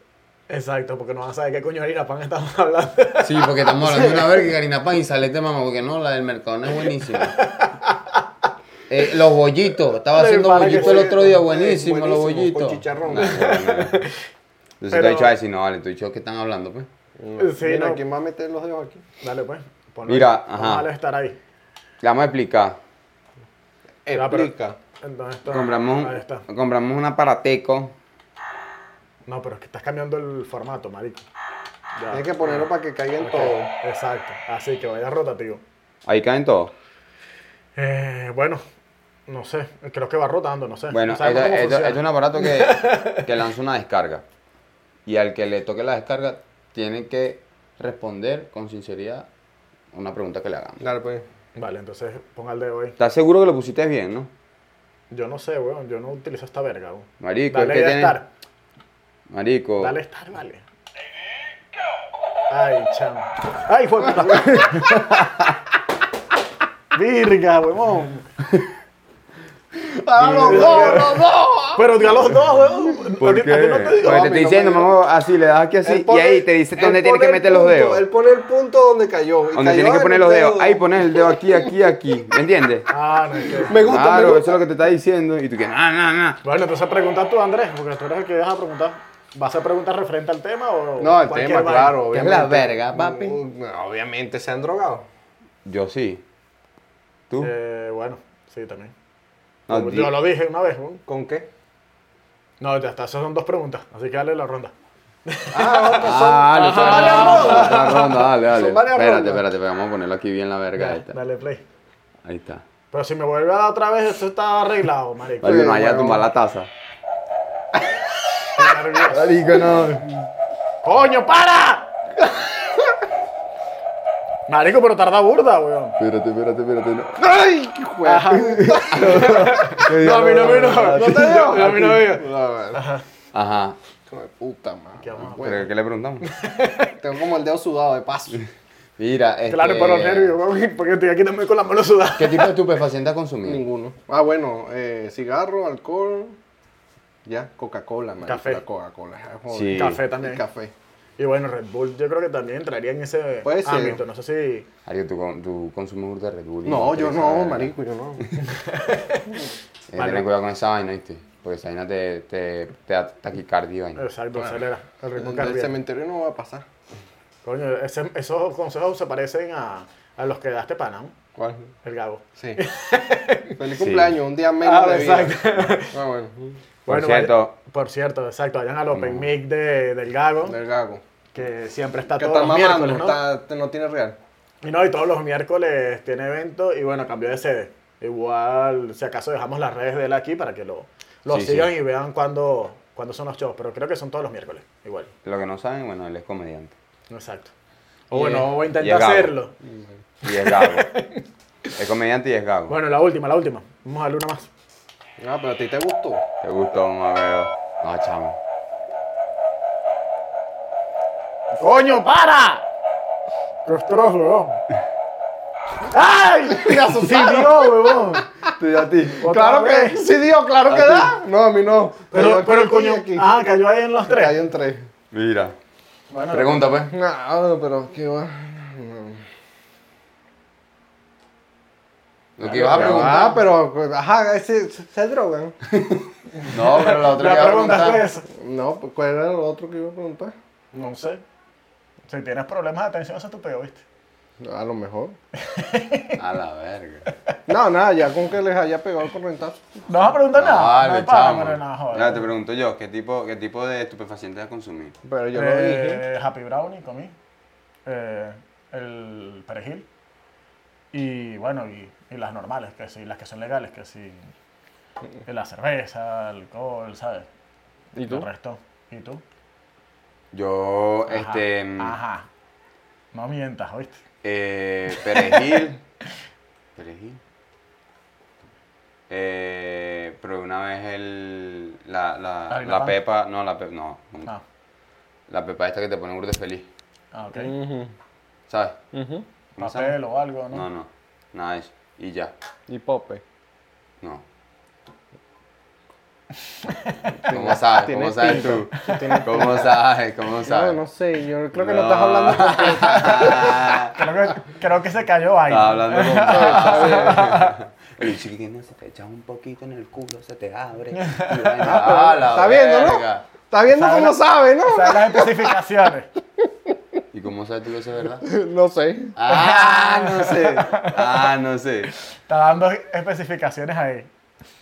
Speaker 2: Exacto, porque no van a saber qué coño de harina pan estamos hablando.
Speaker 3: Sí, porque estamos hablando de una verga y Karina Pan y sale este mamá, porque no, la del Mercadona es buenísima. Eh, los bollitos, estaba
Speaker 2: Ay,
Speaker 3: haciendo
Speaker 2: para que
Speaker 3: bollitos el
Speaker 2: sí.
Speaker 3: otro día, buenísimo, los
Speaker 1: Buenísimo, con
Speaker 3: bollitos.
Speaker 1: chicharrón.
Speaker 3: Nah, bueno, no. Entonces
Speaker 2: Pero-
Speaker 3: te he dicho a decir, no, vale, tú dicho que están hablando, pues.
Speaker 2: Sí,
Speaker 1: Mira,
Speaker 2: no.
Speaker 1: ¿quién va a meter los dedos aquí?
Speaker 2: Dale, pues. ponlo
Speaker 3: Mira,
Speaker 2: ahí.
Speaker 3: ajá.
Speaker 2: Vamos a estar ahí.
Speaker 3: Le vamos a explicar.
Speaker 2: Ya, Ah, pero-
Speaker 1: Explica.
Speaker 2: Entonces, está-
Speaker 3: Compramos,
Speaker 2: Ah, Ahí está.
Speaker 3: un, compramos un aparateco.
Speaker 2: No, pero es que estás cambiando el formato, marico.
Speaker 3: Ah.
Speaker 2: Ya.
Speaker 1: Tienes que ponerlo para que caigan
Speaker 2: Ok,
Speaker 1: todos.
Speaker 2: Exacto. Así que vaya rotativo.
Speaker 3: Ahí caen todos.
Speaker 2: Eh, bueno, no sé. Creo que va rotando, no sé.
Speaker 3: Bueno,
Speaker 2: No sabemos
Speaker 3: esto-
Speaker 2: cómo
Speaker 3: esto-
Speaker 2: funciona.
Speaker 3: esto es un aparato que, que lanza una descarga. Y al que le toque la descarga, tiene que responder con sinceridad una pregunta que le hagamos.
Speaker 1: Dale, pues.
Speaker 2: Vale, entonces ponga el dedo ahí.
Speaker 3: ¿Estás seguro que lo pusiste bien, no?
Speaker 2: Yo no sé, weón. Yo no utilizo esta verga, weón.
Speaker 3: Marico,
Speaker 2: Dale
Speaker 3: es que
Speaker 2: a
Speaker 3: tiene-
Speaker 2: estar.
Speaker 3: Marico.
Speaker 2: Dale a estar, vale. Ay, chamo. Ay, fue puta. Virga, weón.
Speaker 1: ¡A Ah, los dos, los dos!
Speaker 2: Pero di a los dos, weón. A ti-
Speaker 3: ¿Por
Speaker 2: a
Speaker 3: qué?
Speaker 2: ti no te digo.
Speaker 3: Porque
Speaker 1: a
Speaker 3: te
Speaker 1: mí
Speaker 3: estoy
Speaker 1: no
Speaker 3: diciendo,
Speaker 1: me-
Speaker 3: mamá, así, le das aquí así, y ahí te dice dónde tienes que meter los dedos.
Speaker 1: Él pone el punto donde cayó. y
Speaker 3: Donde
Speaker 1: cayó
Speaker 3: tienes que
Speaker 1: en
Speaker 3: poner
Speaker 1: el
Speaker 3: los
Speaker 1: dedo.
Speaker 3: dedos. Ahí pones el dedo aquí, aquí, aquí. ¿Me entiendes?
Speaker 2: Ah, no es que.
Speaker 1: Me gusta, me
Speaker 3: Claro,
Speaker 1: gusta.
Speaker 3: eso es lo que te está diciendo. Y tú que, no, no, no.
Speaker 2: Bueno, entonces pregunta tú, Andrés, porque tú eres el que deja preguntar. ¿Vas a preguntar referente al tema o.?
Speaker 1: No, el
Speaker 2: cualquier
Speaker 1: tema,
Speaker 2: vaina?
Speaker 1: claro,
Speaker 3: Que es
Speaker 1: obviamente.
Speaker 3: la verga, papi.
Speaker 1: Mm, Obviamente se han drogado.
Speaker 3: Yo sí. ¿Tú?
Speaker 2: Eh, bueno, sí, también.
Speaker 3: No,
Speaker 2: Como
Speaker 3: di-
Speaker 2: yo lo dije una vez. ¿no?
Speaker 1: ¿Con qué?
Speaker 2: No, ya está, esas son dos preguntas, así que dale la ronda.
Speaker 3: Ah, no, son
Speaker 1: varias rondas.
Speaker 3: La ronda, Ah, dale, dale.
Speaker 1: Son varias
Speaker 3: Espérate,
Speaker 1: rondas.
Speaker 3: espérate, pero vamos a ponerlo aquí bien la verga.
Speaker 2: Dale,
Speaker 3: Ahí está.
Speaker 2: dale play.
Speaker 3: Ahí está.
Speaker 2: Pero si me vuelve a dar otra vez, eso está arreglado, marico.
Speaker 3: Vale, no vaya a
Speaker 1: bueno.
Speaker 3: tumbar la taza.
Speaker 2: Estoy nervioso.
Speaker 3: Marico, no.
Speaker 2: ¡Coño, para! Marico, pero tarda burda, weón.
Speaker 3: Espérate, espérate, espérate. No,
Speaker 1: ¡Ay! qué jue-
Speaker 2: Ajá. No, a mí no, a mí no.
Speaker 1: ¿No te dio?
Speaker 2: A mí no me dio.
Speaker 1: La verdad,
Speaker 3: Ajá.
Speaker 1: hijo de puta madre.
Speaker 2: ¿Qué vamos a
Speaker 3: ¿Pero ¿Qué le preguntamos?
Speaker 1: Tengo como el dedo sudado de paso.
Speaker 3: Mira, este...
Speaker 2: Claro, por los nervios, weón, porque estoy aquí también con las manos sudadas.
Speaker 3: ¿Qué tipo de estupefaciente has consumido?
Speaker 1: Ninguno. Ah, bueno, eh, cigarro, alcohol. Ya, Coca-Cola, marico,
Speaker 2: Café.
Speaker 1: la Coca-Cola. joder.
Speaker 3: Sí.
Speaker 2: Café
Speaker 1: Y
Speaker 2: también.
Speaker 1: café.
Speaker 2: Y bueno, Red Bull yo creo que también entraría en ese
Speaker 1: Puede ser.
Speaker 2: ámbito. No sé si.
Speaker 3: Ariel, tú, con- tú consumes burda de Red Bull. y
Speaker 1: No,
Speaker 3: te
Speaker 1: yo
Speaker 3: esa
Speaker 1: no,
Speaker 3: verga.
Speaker 1: marico, yo no.
Speaker 3: Eh, Ten cuidado con esa vaina, ¿viste? Porque esa vaina te, te, te da taquicardia y vaina.
Speaker 2: Exacto, acelera el ritmo
Speaker 1: El
Speaker 2: cardíaco.
Speaker 1: cementerio no va a pasar.
Speaker 2: Coño, ese- esos consejos se parecen a, a los que daste pana, ¿no?
Speaker 1: ¿Cuál?
Speaker 2: El Gabo.
Speaker 1: Sí. Feliz cumpleaños, un día menos
Speaker 2: Ah,
Speaker 1: de vida.
Speaker 2: exacto.
Speaker 1: Ah, bueno.
Speaker 3: Por
Speaker 2: Bueno,
Speaker 3: cierto,
Speaker 2: vaya- por cierto, exacto. Vayan al Open Mic de, del Gago,
Speaker 1: Del gago.
Speaker 2: que siempre está
Speaker 1: Que
Speaker 2: todos
Speaker 1: está
Speaker 2: los
Speaker 1: mamando,
Speaker 2: miércoles, ¿no?
Speaker 1: está- no tiene real.
Speaker 2: Y no, y todos los miércoles tiene evento y bueno, cambió de sede. Igual, si acaso dejamos las redes de él aquí para que lo, lo
Speaker 3: Sí,
Speaker 2: sigan
Speaker 3: sí.
Speaker 2: y vean cuándo, cuándo son los shows, pero creo que son todos los miércoles, igual.
Speaker 3: lo que no saben, bueno, él es comediante.
Speaker 2: Exacto.
Speaker 1: Y
Speaker 2: O bueno,
Speaker 1: es-
Speaker 2: o
Speaker 3: y es
Speaker 2: intenta
Speaker 3: Gabo.
Speaker 2: hacerlo.
Speaker 3: Y es gago. es comediante y es gago.
Speaker 2: Bueno, la última, la última. Vamos a darle una más.
Speaker 1: Ah, pero a ti te gustó.
Speaker 3: Te gustó, mamá. No, chamo.
Speaker 2: ¡Coño, para! ¡Qué estros, weón! ¡Ay! ¡Me asustió, weón!
Speaker 1: Te dio a ti.
Speaker 2: ¿Otra
Speaker 1: Claro que
Speaker 2: ¡Ah, vez?
Speaker 1: sí, Dios, claro que da. No, a mí no.
Speaker 2: Pero,
Speaker 1: aquí,
Speaker 2: pero el coño.
Speaker 1: aquí, aquí.
Speaker 2: Ah, cayó ahí en los tres.
Speaker 1: Hay un tres.
Speaker 3: Mira.
Speaker 2: Bueno,
Speaker 3: Pregunta, pues.
Speaker 1: Ah, No, pero qué va.
Speaker 3: Lo que ibas a
Speaker 1: Ah,
Speaker 3: preguntar.
Speaker 1: pero pues, ajá, ese, se, se drogan.
Speaker 3: No, pero la otra que
Speaker 2: ¿Ya
Speaker 3: iba a
Speaker 2: preguntaste
Speaker 3: preguntar.
Speaker 2: eso?
Speaker 1: No, pues, ¿cuál era lo otro que iba a preguntar?
Speaker 2: No sé. Si tienes problemas de atención, eso es tu peo, ¿viste?
Speaker 1: A lo mejor.
Speaker 3: A la verga.
Speaker 1: No, nada, ya con que les haya pegado el correntazo.
Speaker 2: No vas a preguntar nada.
Speaker 3: Vale,
Speaker 2: no hay para,
Speaker 3: chamo.
Speaker 2: pero no, joder.
Speaker 3: Ya, te pregunto yo, ¿qué tipo, qué tipo de estupefacientes has consumido?
Speaker 1: Pero yo lo dije.
Speaker 2: Eh, Happy Brownie comí. Eh, el perejil. Y bueno, y, y las normales, que sí, las que son legales, que sí. eh, La cerveza, alcohol, ¿sabes?
Speaker 1: ¿Y
Speaker 2: El
Speaker 1: tú?
Speaker 2: resto. ¿Y tú?
Speaker 3: Yo,
Speaker 2: Ajá,
Speaker 3: este, mm,
Speaker 2: Ajá. No mientas, ¿oíste?
Speaker 3: eh, perejil. perejil. Eh, probé una vez el, la, la,
Speaker 2: Ay,
Speaker 3: la
Speaker 2: la pan.
Speaker 3: pepa, no, la pepa, no, nunca.
Speaker 2: No.
Speaker 3: la pepa esta que te pone burde feliz,
Speaker 2: Ah, ok.
Speaker 1: Ujú,
Speaker 3: ¿sabes?
Speaker 1: ujú.
Speaker 3: ¿Cómo se llama?
Speaker 2: Papel o algo, ¿no?
Speaker 3: No, no, nada de eso, y ya,
Speaker 1: Y Pope.
Speaker 3: no. ¿Cómo sabes? ¿Cómo
Speaker 1: Tienes
Speaker 3: sabes tú? ¿Cómo sabes? ¿Cómo
Speaker 1: No,
Speaker 3: sabes?
Speaker 1: no sé, yo creo que no, estás hablando.
Speaker 2: Creo que, creo que se cayó ahí.
Speaker 3: Estaba hablando con Pablo. El chiquilín se te echa un poquito en el culo, se te abre.
Speaker 1: Ah, pero está viendo, ¿no? Está viendo
Speaker 2: ¿Sabes
Speaker 1: cómo
Speaker 2: la-
Speaker 1: sabe, ¿no?
Speaker 2: ¿Sabes las especificaciones?
Speaker 3: ¿Y cómo sabes tú que eso es verdad?
Speaker 1: No sé.
Speaker 3: Ah, no sé. Ah, no sé.
Speaker 2: Está dando especificaciones ahí.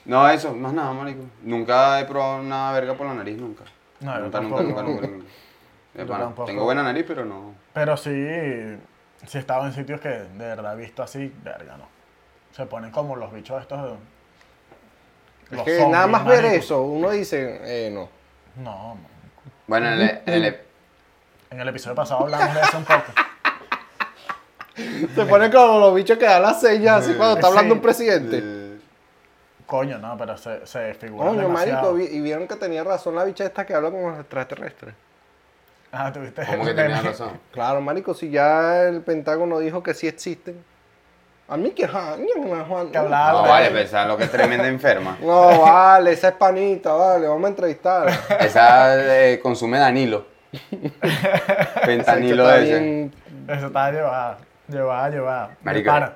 Speaker 3: No, eso, más nada, marico. Nunca he probado una verga por la nariz, nunca.
Speaker 2: No, yo
Speaker 3: nunca,
Speaker 2: tampoco.
Speaker 3: nunca, nunca, nunca, nunca. De
Speaker 2: Yo
Speaker 3: pana.
Speaker 2: tampoco.
Speaker 3: Tengo buena nariz, pero no.
Speaker 2: Pero sí, sí he estado en sitios que de verdad he visto así, verga, no. Se ponen como los bichos estos.
Speaker 1: Es
Speaker 2: los
Speaker 1: que
Speaker 2: zombies,
Speaker 1: nada más ver
Speaker 2: marico.
Speaker 1: eso, uno dice, eh, no.
Speaker 2: No, man.
Speaker 3: Bueno, en el, en el-
Speaker 2: en el episodio pasado hablamos de eso un poco.
Speaker 1: Se pone como los bichos que dan las sellas así cuando está hablando
Speaker 2: Sí.
Speaker 1: un presidente.
Speaker 3: eh,
Speaker 2: Coño, no, pero se, se figura.
Speaker 1: Coño, marico,
Speaker 2: demasiado.
Speaker 1: vi- y vieron que tenía razón la bicha esta que habla con los extraterrestres.
Speaker 2: Ah, tuviste
Speaker 3: como que
Speaker 2: el meme.
Speaker 3: tenía razón.
Speaker 1: Claro, marico, si ya el Pentágono dijo que sí existen. A mí que ja, ña, ña, Juan.
Speaker 2: Que hablaba-
Speaker 3: No, vale, pensaba lo que es tremenda enferma.
Speaker 1: No, vale, esa es panita, vale, vamos a entrevistar.
Speaker 3: Esa eh, consume Danilo. Pentanilo
Speaker 2: eh.
Speaker 1: Está
Speaker 3: ese.
Speaker 1: bien-
Speaker 2: Eso estaba llevada, llevada, llevada. De
Speaker 3: Marico,
Speaker 2: pana.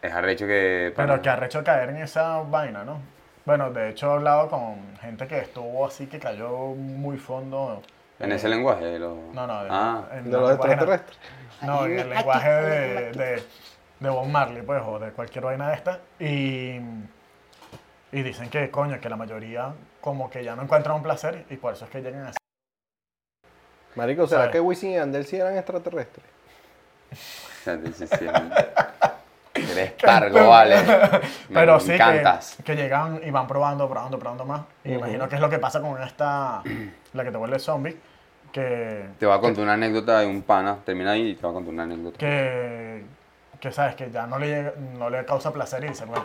Speaker 3: es arrecho que... pana.
Speaker 2: Pero que arrecho caer en esa vaina, ¿no? Bueno, de hecho he hablado con gente que estuvo así, que cayó muy fondo.
Speaker 3: En
Speaker 2: eh,
Speaker 3: ese lenguaje de los...
Speaker 2: No, eh, no, de,
Speaker 3: Ah,
Speaker 2: en
Speaker 1: De
Speaker 2: el
Speaker 1: los
Speaker 2: lenguaje-
Speaker 1: extraterrestres.
Speaker 2: No, en el lenguaje de, de, de Bob Marley, pues, o de cualquier vaina de esta. Y, y dicen que, coño, que la mayoría como que ya no encuentran un placer y por eso es que llegan así.
Speaker 1: Marico, ¿será
Speaker 2: ¿Sabes?
Speaker 1: que Wisin y Andel sí eran extraterrestres?
Speaker 3: o
Speaker 2: eh.
Speaker 3: sea, sí, sí, sí. Eres pargo, vale. Me
Speaker 2: Pero sí
Speaker 3: encantas.
Speaker 2: que, que llegan y van probando, probando, probando más. Y imagino que es lo que pasa con esta, la que te vuelve zombie, que
Speaker 3: Te voy a contar una anécdota de un pana. Termina ahí y te voy a contar una anécdota.
Speaker 2: que, que sabes que ya no le, llega- no le causa placer y dice, bueno,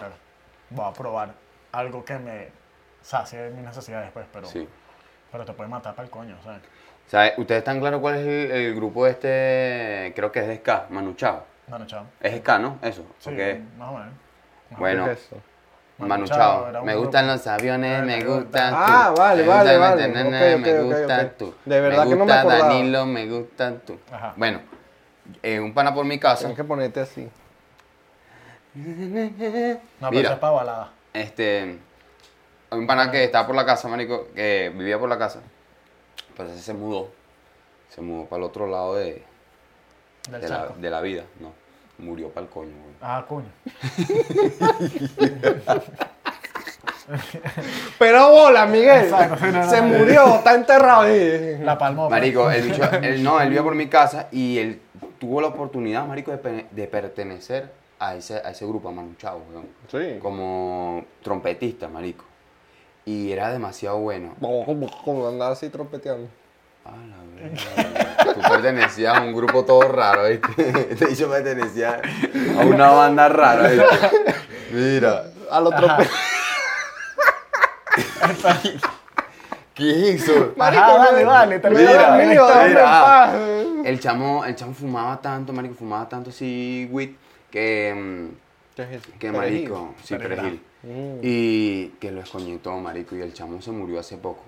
Speaker 2: voy a probar algo que me sacie mis necesidades después, pero,
Speaker 3: Sí.
Speaker 2: pero te puede matar para el coño, ¿sabes?
Speaker 3: O sea, ¿ustedes están claros cuál es el, el grupo este? Creo que es de Ska, Manu Chao.
Speaker 2: Bueno, chao.
Speaker 3: Es Ska, ¿no? Eso.
Speaker 2: Sí,
Speaker 3: ok.
Speaker 2: más o menos.
Speaker 3: Bueno,
Speaker 1: ¿Qué es eso?
Speaker 3: Manu
Speaker 2: Manu
Speaker 3: Chao.
Speaker 2: Chao era un
Speaker 3: Me
Speaker 2: grupo.
Speaker 3: gustan los aviones, me gustan tú.
Speaker 1: Ah, vale,
Speaker 3: Me
Speaker 1: vale,
Speaker 3: gustan las
Speaker 1: vale.
Speaker 3: tananas,
Speaker 1: Ok, ok,
Speaker 3: me
Speaker 1: ok,
Speaker 3: gustan
Speaker 1: ok.
Speaker 3: tú.
Speaker 1: De verdad que no me
Speaker 3: gusta
Speaker 1: acordaba.
Speaker 3: Danilo, me gustan tú.
Speaker 2: Ajá.
Speaker 3: Bueno, eh, un pana por mi casa.
Speaker 1: Tienes que ponerte así.
Speaker 2: No, pero
Speaker 3: Mira.
Speaker 2: esa es para balada.
Speaker 3: Este, hay un pana que estaba por la casa, marico, que vivía por la casa. Pues ese se mudó. Se mudó para el otro lado de,
Speaker 2: Del
Speaker 3: de la,
Speaker 2: charco.
Speaker 3: de la vida. No, murió para el coño, güey.
Speaker 2: Ah, coño.
Speaker 1: Pero bola, Miguel.
Speaker 2: Exacto, sí, no, no,
Speaker 1: se
Speaker 2: no.
Speaker 1: murió, está enterrado. ahí.
Speaker 2: La palmó. pues.
Speaker 3: Marico, el bicho- él, no, él vivía por mi casa y él tuvo la oportunidad, marico, de, pene- de pertenecer a ese, a ese grupo, a Manu Chao, weón.
Speaker 1: Sí.
Speaker 3: Como trompetista, marico. Y era demasiado bueno.
Speaker 1: Como andar así trompeteando.
Speaker 3: A la verga. Tú pertenecías a un grupo todo raro, ¿viste? Te dicho pertenecía a una banda rara, ¿viste? Mira.
Speaker 1: A los trompeteos.
Speaker 3: ¿Qué es eso?
Speaker 1: Marico,
Speaker 2: Ajá, dale,
Speaker 1: que-
Speaker 2: dale, termina
Speaker 1: Mira,
Speaker 2: la
Speaker 1: mira,
Speaker 2: lista.
Speaker 1: dame en
Speaker 3: Mira.
Speaker 1: paz.
Speaker 3: El chamo, el chamo fumaba tanto, marico, fumaba tanto así, weed, que mm,
Speaker 1: ¿Qué es eso?
Speaker 3: Que
Speaker 1: Perejil.
Speaker 3: marico, sí,
Speaker 2: Perejil.
Speaker 3: perejil. Y que lo escoñetó, marico, y el chamo se murió hace poco.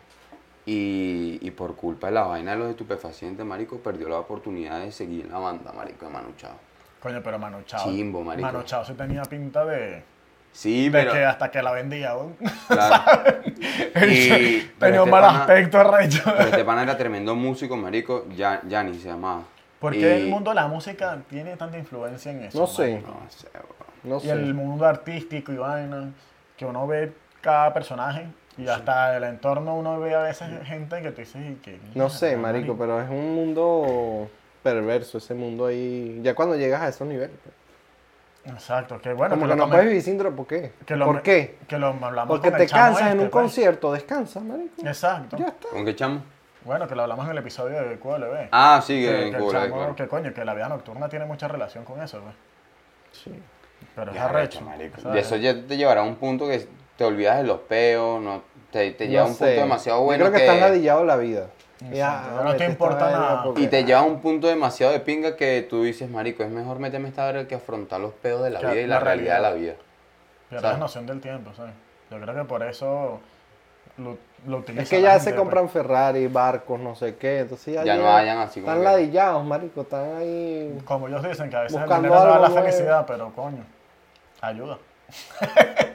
Speaker 3: Y, y por culpa de la vaina de los estupefacientes, marico, perdió la oportunidad de seguir en la banda, marico, de Manu Chao.
Speaker 2: Coño, pero Manu Chao.
Speaker 3: Chimbo, marico.
Speaker 2: Manu Chao sí tenía pinta de.
Speaker 3: Sí,
Speaker 2: de
Speaker 3: pero...
Speaker 2: que hasta que la vendía, weón.
Speaker 3: claro. Y- pero
Speaker 2: tenía un
Speaker 3: este
Speaker 2: mal
Speaker 3: pana-
Speaker 2: aspecto, arrecho.
Speaker 3: Pero este pana era tremendo músico, marico, ya, Yanni se llamaba.
Speaker 2: ¿Por
Speaker 3: Y-
Speaker 2: qué el mundo de la música tiene tanta influencia en eso?
Speaker 1: No sé,
Speaker 2: marico?
Speaker 3: No sé, bro.
Speaker 1: no
Speaker 2: Y
Speaker 1: sé.
Speaker 2: el mundo artístico y vaina, que uno ve cada personaje y hasta el entorno uno ve a veces gente que te dice "Y que...
Speaker 1: No sé, marico, pero es un mundo perverso ese mundo ahí. Ya cuando llegas a esos niveles. pues.
Speaker 2: Exacto, que bueno.
Speaker 1: Como
Speaker 2: lo
Speaker 1: que no
Speaker 2: comen-
Speaker 1: puedes vivir sin droga. ¿Por qué?
Speaker 2: que lo-
Speaker 1: ¿Por qué?
Speaker 2: Que lo hablamos
Speaker 1: Porque
Speaker 2: con
Speaker 1: te
Speaker 2: el chamo
Speaker 1: cansas en
Speaker 2: este,
Speaker 1: un
Speaker 2: pues.
Speaker 1: concierto, descansa, marico.
Speaker 2: Exacto.
Speaker 1: Ya está.
Speaker 3: ¿Con qué chamo?
Speaker 2: Bueno, que lo hablamos en el episodio de QLB.
Speaker 3: Ah, sí,
Speaker 2: que,
Speaker 3: que
Speaker 2: que
Speaker 3: en
Speaker 2: el
Speaker 3: Cuba,
Speaker 2: chamo-
Speaker 3: claro.
Speaker 2: que coño, que la vida nocturna tiene mucha relación con eso, pues.
Speaker 1: Sí.
Speaker 2: Pero es
Speaker 3: Ya,
Speaker 2: arrecho.
Speaker 3: marico.
Speaker 2: ¿sabes?
Speaker 3: Y eso ya te llevará a un punto que te olvidas de los peos, no, te, te lleva a
Speaker 1: No
Speaker 3: un
Speaker 1: sé.
Speaker 3: punto demasiado
Speaker 1: Yo
Speaker 3: bueno
Speaker 1: creo que, estás ladillado de la vida.
Speaker 2: Exacto, ya no te
Speaker 1: vete esta
Speaker 2: importa
Speaker 1: vaina
Speaker 2: nada.
Speaker 1: porque-
Speaker 3: Y te lleva a un punto demasiado de pinga que tú dices, marico, es mejor meterme esta verga que afrontar los peos de la
Speaker 2: Que
Speaker 3: vida y
Speaker 2: la
Speaker 3: la realidad de la vida.
Speaker 2: Pierdes
Speaker 3: ¿sabes?
Speaker 2: noción del tiempo, ¿sabes? Yo creo que por eso lo, lo utilizan.
Speaker 1: Es que ya
Speaker 2: pues.
Speaker 1: se compran Ferrari, barcos, no sé qué. Entonces ya,
Speaker 3: Ya no
Speaker 1: llegan-
Speaker 3: hayan así como
Speaker 1: Están
Speaker 3: que-
Speaker 1: ladillados, marico. Están ahí.
Speaker 2: Como ellos dicen, que a veces el
Speaker 1: Buscando
Speaker 2: dinero no da
Speaker 1: algo
Speaker 2: la
Speaker 1: nuevo.
Speaker 2: felicidad, pero coño, ayuda.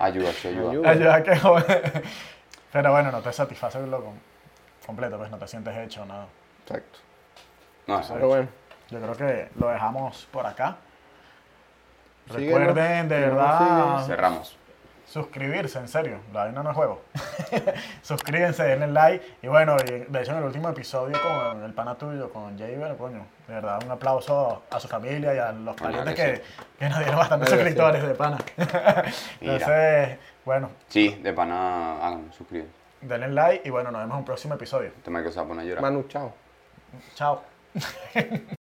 Speaker 3: Ayuda, sí, ayuda.
Speaker 1: Ayuda.
Speaker 2: Ayuda que joder. Pero bueno, no te satisface lo com- completo, pues no te sientes hecho, nada.
Speaker 1: Exacto.
Speaker 3: No, eso-
Speaker 1: Pero bueno.
Speaker 2: Yo creo que lo dejamos por acá.
Speaker 1: Síguenos.
Speaker 2: Recuerden, de
Speaker 1: Si no nos
Speaker 2: verdad,
Speaker 1: siguen,
Speaker 3: cerramos.
Speaker 2: suscribirse, en serio, la vaina no es juego. Suscríbanse, denle like. Y bueno, y de hecho en el último episodio con el pana tuyo, con Javer, coño, de verdad, un aplauso a su familia y a los
Speaker 3: Coño,
Speaker 2: parientes
Speaker 3: que
Speaker 2: que, que nos dieron bastantes
Speaker 1: Verga, sí.
Speaker 2: suscriptores de pana. Entonces, bueno,
Speaker 3: Sí, de pana, háganlo, suscríbete.
Speaker 2: denle like y bueno, nos vemos en un próximo episodio.
Speaker 3: Este marico se va a poner a llorar.
Speaker 1: Manu, chao.
Speaker 2: Chao.